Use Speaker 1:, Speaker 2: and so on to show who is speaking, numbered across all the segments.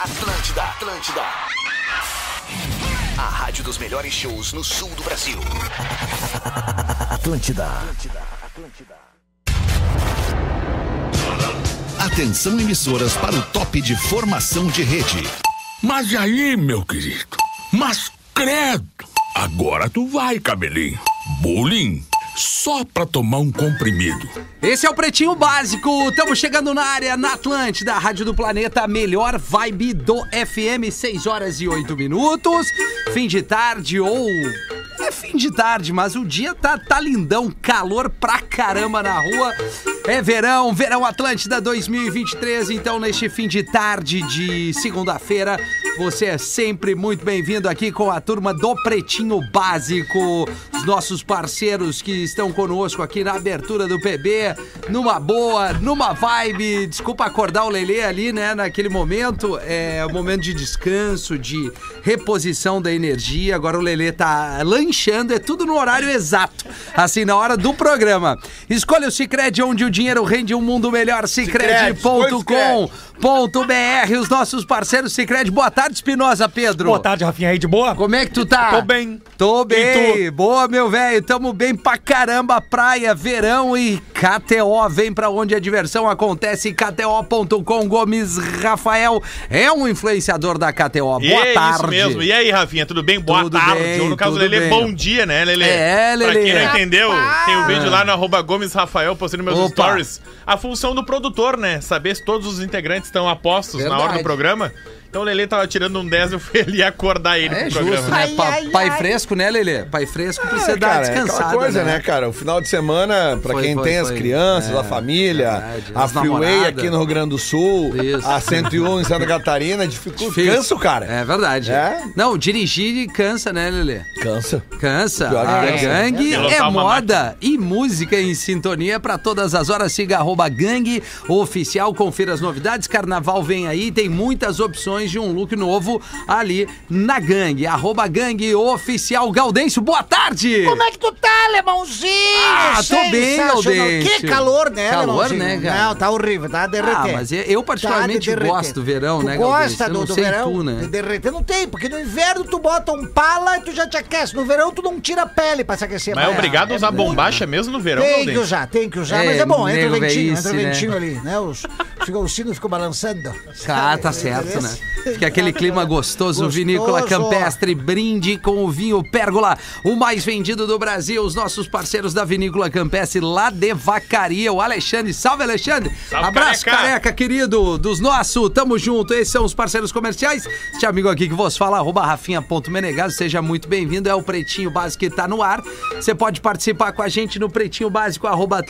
Speaker 1: Atlântida, Atlântida. A rádio dos melhores shows no sul do Brasil.
Speaker 2: Atlântida.
Speaker 3: Atenção emissoras para o top de formação de rede.
Speaker 4: Mas aí, meu querido, mas credo, agora tu vai, cabelinho. Bullying, só pra tomar um comprimido.
Speaker 5: Esse é o Pretinho Básico. Estamos chegando na área, na Atlântida, a Rádio do Planeta, a melhor vibe do FM, 6 horas e 8 minutos. Fim de tarde ou. É fim de tarde, mas o dia tá, tá lindão, calor pra caramba na rua. É verão, verão Atlântida 2023. Então, neste fim de tarde de segunda-feira, você é sempre muito bem-vindo aqui com a turma do Pretinho Básico. Os nossos parceiros que estão conosco aqui na abertura do PB numa boa, numa vibe. Desculpa acordar o Lelê ali, né? Naquele momento, é um momento de descanso, de reposição da energia. Agora o Lelê tá lanchando, é tudo no horário exato, assim, na hora do programa. Escolha o Cicred, onde o dinheiro rende um mundo melhor. Cicred.com.br, os nossos parceiros Cicred. Boa tarde, Espinosa Pedro.
Speaker 6: Boa tarde, Rafinha aí, de boa?
Speaker 5: Como é que tu tá?
Speaker 6: Tô bem.
Speaker 5: Tô bem.
Speaker 6: E
Speaker 5: Boa, meu velho. Tamo bem pra caramba. Praia, verão e KTO. Vem pra onde a diversão acontece. KTO.com. Gomes Rafael é um influenciador da KTO. Boa
Speaker 6: E é
Speaker 5: tarde.
Speaker 6: Isso mesmo. E aí, Rafinha, tudo bem? Boa
Speaker 5: Tudo
Speaker 6: tarde.
Speaker 5: bem,
Speaker 6: Ou no caso do
Speaker 5: tudo
Speaker 6: Lelê,
Speaker 5: bem.
Speaker 6: bom dia, né, Lelê?
Speaker 5: É, Lelê.
Speaker 6: Pra quem não entendeu, tem um vídeo lá no arroba Gomes Rafael, postei nos meus
Speaker 5: Opa.
Speaker 6: stories. A função do produtor, né? Saber se todos os integrantes estão apostos na hora
Speaker 5: Verdade.
Speaker 6: do programa. Então o Lelê tava tirando um 10, eu fui ali acordar ele
Speaker 5: É
Speaker 6: pro
Speaker 5: justo,
Speaker 6: programa. Ah,
Speaker 5: né?
Speaker 7: Ai,
Speaker 5: Pa-
Speaker 7: ai,
Speaker 5: pai
Speaker 7: ai.
Speaker 5: fresco, né, Lelê? Pai fresco precisa
Speaker 8: É,
Speaker 5: dar
Speaker 8: cara, é aquela
Speaker 5: descansada.
Speaker 8: coisa, né? cara? O final de semana, pra
Speaker 5: Foi,
Speaker 8: quem
Speaker 5: foi,
Speaker 8: tem as
Speaker 5: foi.
Speaker 8: crianças,
Speaker 5: É,
Speaker 8: a família,
Speaker 5: verdade.
Speaker 8: a
Speaker 5: As
Speaker 8: Freeway
Speaker 5: namoradas.
Speaker 8: aqui no Rio Grande do Sul,
Speaker 5: Isso.
Speaker 8: a 101 em Santa Catarina, dificulta.
Speaker 5: Difícil.
Speaker 8: Cansa, o cara.
Speaker 5: É verdade.
Speaker 8: É?
Speaker 5: Não, dirigir cansa, né, Lelê?
Speaker 8: Cansa.
Speaker 5: Cansa.
Speaker 8: Pior que
Speaker 5: A
Speaker 8: cansa.
Speaker 5: gangue
Speaker 6: Pilotar
Speaker 5: é
Speaker 6: uma
Speaker 5: moda e música em sintonia pra todas as horas. Siga arroba gangue oficial, confira as novidades. Carnaval vem aí, tem muitas opções de um look novo ali na gangue. Arroba gangue oficial. Gaudêncio, boa tarde!
Speaker 7: Como é que tu tá, alemãozinho?
Speaker 5: Ah, tô bem,
Speaker 7: Sensacional.
Speaker 5: Gaudêncio.
Speaker 7: Que calor, né,
Speaker 5: Calor,
Speaker 7: alemãozinho?
Speaker 5: né, cara?
Speaker 7: Não, tá horrível, tá
Speaker 5: Ah,
Speaker 7: derretendo.
Speaker 5: mas eu particularmente gosto do verão,
Speaker 7: tu
Speaker 5: né, Gaudêncio?
Speaker 7: gosta
Speaker 5: Eu
Speaker 7: do,
Speaker 5: não
Speaker 7: do
Speaker 5: sei
Speaker 7: verão?
Speaker 5: tu,
Speaker 7: De
Speaker 5: né?
Speaker 7: derreter não tem, porque no inverno tu bota um pala e tu já te aquece. No verão tu não tira a pele pra se aquecer.
Speaker 6: Mas é
Speaker 7: Mas
Speaker 6: obrigado a usar bombacha mesmo no verão,
Speaker 7: Tem que
Speaker 6: Galdêncio?
Speaker 7: usar, tem que usar,
Speaker 5: É,
Speaker 7: mas é bom, entra o
Speaker 5: nego
Speaker 7: ventinho,
Speaker 5: velhice,
Speaker 7: entra o
Speaker 5: né?
Speaker 7: ventinho ali, né? Os, fica, o sino fica balançando.
Speaker 5: Ah,
Speaker 7: sabe?
Speaker 5: tá certo, né?
Speaker 7: Esse-
Speaker 5: Fica aquele clima gostoso, vinícola
Speaker 7: Gostoso.
Speaker 5: campestre, brinde com o vinho Pérgola, o mais vendido do Brasil. Os nossos parceiros da vinícola campestre lá de Vacaria, o Alexandre. Salve, Alexandre!
Speaker 6: Salve,
Speaker 5: Abraço, careca,
Speaker 6: careca.
Speaker 5: querido, dos nossos. Tamo junto, esses são os parceiros comerciais. Este amigo aqui que vos fala, arroba rafinha.menegaso, seja muito bem-vindo. É o Pretinho Básico que tá no ar. Você pode participar com a gente no pretinho básico, arroba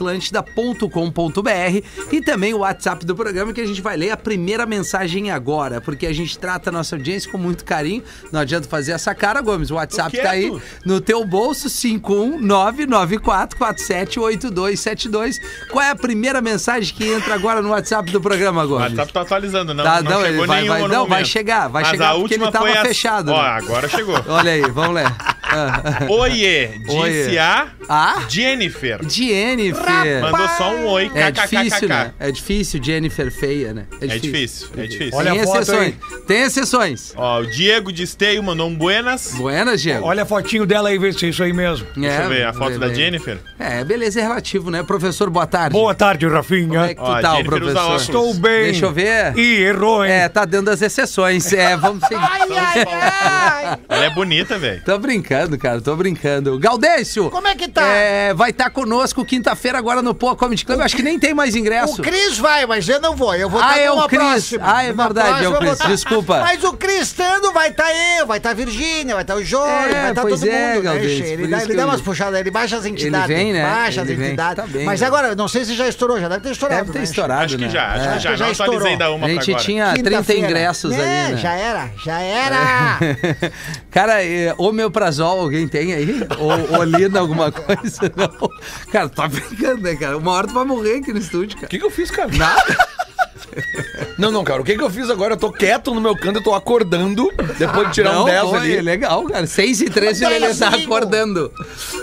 Speaker 5: atlântida.com.br e também o WhatsApp do programa que a gente vai ler a primeira mensagem agora, porque a gente trata a nossa audiência com muito carinho. Não adianta fazer essa cara, Gomes. O WhatsApp
Speaker 6: Tô
Speaker 5: tá aí
Speaker 6: quieto.
Speaker 5: no teu bolso, 51994478272. Qual é a primeira mensagem que entra agora no WhatsApp do programa,
Speaker 6: O
Speaker 5: Gomes?
Speaker 6: WhatsApp tá atualizando, não,
Speaker 5: Tá,
Speaker 6: não,
Speaker 5: não, ele
Speaker 6: chegou
Speaker 5: vai-
Speaker 6: nenhuma
Speaker 5: vai-
Speaker 6: no
Speaker 5: não, vai
Speaker 6: momento.
Speaker 5: chegar, vai
Speaker 6: Mas
Speaker 5: chegar
Speaker 6: a
Speaker 5: porque ele
Speaker 6: última
Speaker 5: tava
Speaker 6: foi a-
Speaker 5: fechado, né?
Speaker 6: Ó, agora chegou.
Speaker 5: Olha aí, vamos ler. Ah.
Speaker 6: Oiê, disse
Speaker 5: Oiê.
Speaker 6: a
Speaker 5: Ah?
Speaker 6: Jennifer.
Speaker 5: Jennifer.
Speaker 6: Mandou só um oi,
Speaker 5: É
Speaker 6: kkkk.
Speaker 5: difícil, né? É difícil, Jennifer feia, né?
Speaker 6: É difícil, é difícil.
Speaker 5: Tem
Speaker 6: Olha,
Speaker 8: a foto
Speaker 5: exceções. Tem exceções.
Speaker 6: Ó, o Diego de Esteio mandou um buenas.
Speaker 5: Buenas, Diego.
Speaker 6: Olha
Speaker 8: a fotinho dela aí, ver se é isso aí mesmo.
Speaker 6: Deixa
Speaker 5: É,
Speaker 6: eu ver a
Speaker 5: vamos
Speaker 6: foto
Speaker 5: ver
Speaker 6: da
Speaker 5: bem.
Speaker 6: Jennifer.
Speaker 5: É, beleza, é relativo, né? Professor, boa tarde.
Speaker 8: tarde,
Speaker 5: Como é
Speaker 8: Rafinha.
Speaker 5: que tu
Speaker 6: Ó, a
Speaker 5: tá, o
Speaker 6: Jennifer usa
Speaker 5: professor?
Speaker 6: óculos. Estou
Speaker 8: bem.
Speaker 5: Deixa eu ver.
Speaker 8: E errou,
Speaker 5: É, tá dentro das exceções. É, vamos
Speaker 7: Ai,
Speaker 5: seguir.
Speaker 7: ai, ai.
Speaker 6: Ela é bonita, velho.
Speaker 5: Tô brincando, cara, tô brincando. Gaudêncio!
Speaker 7: Como é que tá?
Speaker 5: É, vai estar conosco quinta-feira agora no Pô Comedy Club. Eu acho que nem tem mais ingresso.
Speaker 7: O Cris vai, mas eu não vou. Eu vou
Speaker 5: Ah,
Speaker 7: dar
Speaker 5: é
Speaker 7: uma
Speaker 5: o Cris.
Speaker 7: próxima.
Speaker 5: Ah, é
Speaker 7: Uma
Speaker 5: verdade, é
Speaker 7: próxima
Speaker 5: o
Speaker 7: eu vou
Speaker 5: Cris.
Speaker 7: dar.
Speaker 5: Desculpa.
Speaker 7: Mas o Cris estando vai estar eu, vai estar a Virgínia, vai estar o Jorge,
Speaker 5: É,
Speaker 7: vai estar
Speaker 5: pois
Speaker 7: todo
Speaker 5: é,
Speaker 7: mundo.
Speaker 5: Galdêncio,
Speaker 7: Che?
Speaker 5: por
Speaker 7: ele dá,
Speaker 5: isso
Speaker 7: ele
Speaker 5: que
Speaker 7: dá
Speaker 5: eu-
Speaker 7: umas puxadas, ele baixa as entidades.
Speaker 5: vem, né?
Speaker 7: Baixa
Speaker 5: Ele
Speaker 7: as
Speaker 5: vem.
Speaker 7: entidades.
Speaker 5: Tá bem,
Speaker 7: mas
Speaker 5: né?
Speaker 7: agora, não sei se já estourou, já deve ter estourado.
Speaker 5: Deve ter
Speaker 7: né?
Speaker 5: estourado,
Speaker 6: Acho que
Speaker 5: né?
Speaker 6: já, acho
Speaker 5: É.
Speaker 6: que já.
Speaker 7: Já
Speaker 6: Não atualizei
Speaker 7: estourou.
Speaker 6: da uma
Speaker 5: A
Speaker 6: pra
Speaker 5: gente
Speaker 6: agora.
Speaker 5: tinha 30
Speaker 7: Quinta-feira.
Speaker 5: ingressos
Speaker 7: É,
Speaker 5: aí, né? É.
Speaker 7: Já era, já era.
Speaker 5: Cara, eh, homeoprazol alguém tem aí? Ou olina alguma coisa? Não. Cara, tá brincando, né, cara? Uma hora tu vai morrer aqui no estúdio, cara.
Speaker 8: O que, que eu fiz, cara?
Speaker 5: Nada.
Speaker 8: Não, não, cara. O que que eu fiz agora? Eu tô quieto no meu canto, eu tô acordando. Depois de tirar um 10
Speaker 5: Ah, foi
Speaker 8: ali.
Speaker 5: legal, cara. 6 e 13 ele
Speaker 7: Dez,
Speaker 5: tá
Speaker 7: amigo.
Speaker 5: acordando.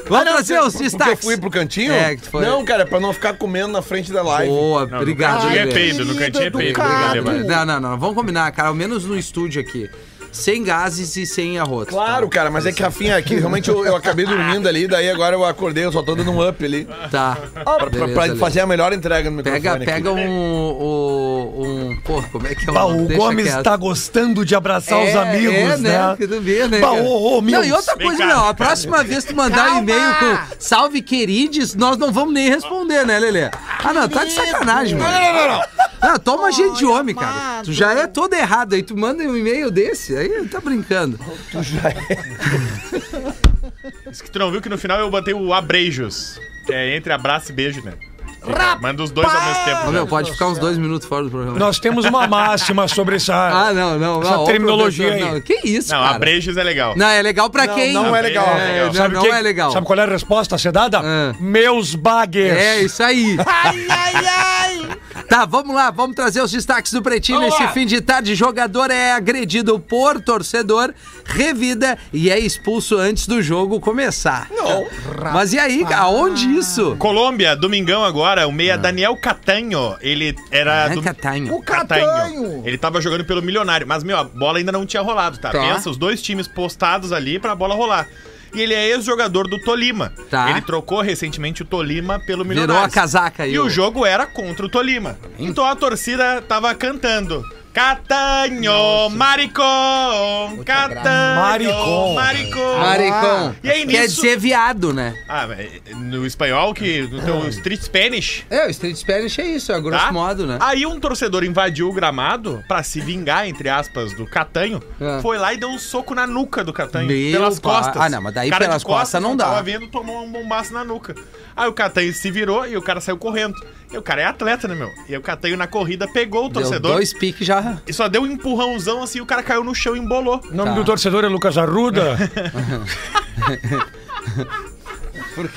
Speaker 5: Vamos
Speaker 8: Ah,
Speaker 5: trazer os
Speaker 8: Porque eu
Speaker 5: destaques.
Speaker 8: fui pro cantinho?
Speaker 5: É, que tu foi.
Speaker 8: Não, cara, é pra não ficar comendo na frente da live.
Speaker 5: Boa,
Speaker 6: Não,
Speaker 5: obrigado.
Speaker 6: No cantinho é
Speaker 5: Lelê.
Speaker 6: peido, no
Speaker 7: Querido
Speaker 6: cantinho é peido.
Speaker 7: educado.
Speaker 6: Obrigado, Evaldo.
Speaker 5: Não, não, não. Vamos combinar, cara. Ao menos no estúdio aqui. Sem gases e sem arroz. tá?
Speaker 8: Claro, cara, mas é que Rafinha aqui, realmente eu, eu acabei dormindo ali, daí agora eu acordei, eu só tô dando um up ali.
Speaker 5: Tá.
Speaker 8: Pra, pra- pra
Speaker 5: Beleza,
Speaker 8: fazer a melhor entrega no microfone.
Speaker 5: Pega,
Speaker 8: aqui.
Speaker 5: pega um, o- um. Pô, como é que é
Speaker 2: Bah,
Speaker 5: nome?
Speaker 2: o
Speaker 5: Deixa
Speaker 2: Gomes
Speaker 5: quieto.
Speaker 2: tá gostando de abraçar os
Speaker 5: É,
Speaker 2: amigos,
Speaker 5: é,
Speaker 2: né?
Speaker 5: Que tu vê, né?
Speaker 2: Bah,
Speaker 5: cara?
Speaker 2: ô, ô,
Speaker 5: não,
Speaker 2: Mills.
Speaker 5: e outra
Speaker 6: Vem
Speaker 5: coisa,
Speaker 6: cá.
Speaker 5: não. A próxima vez que tu mandar um
Speaker 7: Calma.
Speaker 5: e-mail com salve querides, nós não vamos nem responder, né, Lelê? Ah, não, tá de sacanagem, mano. Não, não, não, não. toma jeito de homem, cara. Tu já é todo errado. Aí tu manda um e-mail desse, aí tá brincando.
Speaker 6: Diz que tu não viu que no final eu botei o abrejos. Que é entre abraço e beijo, né? Fica- Manda os dois ao mesmo tempo.
Speaker 5: Ô,
Speaker 6: né?
Speaker 5: meu, pode ficar uns dois minutos fora do programa.
Speaker 2: Nós temos uma máxima sobre essa.
Speaker 5: Ah, não, não.
Speaker 2: Essa
Speaker 5: não, ô,
Speaker 2: terminologia
Speaker 5: professor,
Speaker 2: aí.
Speaker 5: Não, que isso,
Speaker 6: Não,
Speaker 5: cara?
Speaker 6: abrejos é legal.
Speaker 5: Não, é legal pra
Speaker 8: Não,
Speaker 5: quem?
Speaker 8: não é legal.
Speaker 5: É,
Speaker 6: É,
Speaker 5: não,
Speaker 2: o
Speaker 5: não
Speaker 2: que-
Speaker 5: é legal.
Speaker 2: Sabe qual é a resposta a ser dada?
Speaker 5: Ah.
Speaker 2: Meus baggers.
Speaker 5: É, isso aí.
Speaker 7: Ai, ai, ai.
Speaker 5: Tá, vamos lá, vamos trazer os destaques do Pretinho nesse fim de tarde. Jogador é agredido por torcedor, revida e é expulso antes do jogo começar. Mas e aí, aonde isso?
Speaker 6: Colômbia, domingão agora, o meia Daniel Catanho. Ele era.
Speaker 5: É
Speaker 6: do-
Speaker 5: Ah. Catanho.
Speaker 7: O Catanho.
Speaker 6: Ele tava jogando pelo Milionário, mas, meu, a bola ainda não tinha rolado, tá?
Speaker 5: Tá.
Speaker 6: Pensa, os dois times postados ali pra bola rolar. E ele é ex-jogador do Tolima.
Speaker 5: Tá.
Speaker 6: Ele trocou recentemente o Tolima pelo Milionário.
Speaker 5: Virou a casaca aí.
Speaker 6: E
Speaker 5: ó.
Speaker 6: o jogo era contra o Tolima. Então a torcida tava cantando. Catanho, Maricon, Catanho,
Speaker 2: Maricon.
Speaker 6: Maricon.
Speaker 5: Maricão.
Speaker 6: E aí,
Speaker 5: Quer
Speaker 6: nisso-
Speaker 5: dizer viado, né?
Speaker 6: Ah, mas no espanhol que no teu street Spanish,
Speaker 5: É, o Street Spanish é isso, é grosso
Speaker 6: tá?
Speaker 5: modo, né?
Speaker 6: Aí um torcedor invadiu o gramado pra se vingar entre aspas do Catanho,
Speaker 5: É.
Speaker 6: foi lá e deu um soco na nuca do Catanho
Speaker 5: Meu
Speaker 6: pelas
Speaker 5: pai.
Speaker 6: costas.
Speaker 5: Ah, não, mas daí
Speaker 6: O cara de
Speaker 5: pelas costas não dá.
Speaker 6: Tava vendo, tomou um bombaço na nuca. Aí o Catanho se virou e o cara saiu correndo. E o cara é atleta, né, meu? E o Catanho na corrida pegou o
Speaker 5: Deu
Speaker 6: torcedor
Speaker 5: dois piques já.
Speaker 6: e só deu um empurrãozão assim, o cara caiu no chão e embolou.
Speaker 2: O nome
Speaker 5: Tá.
Speaker 2: do torcedor é Lucas Arruda.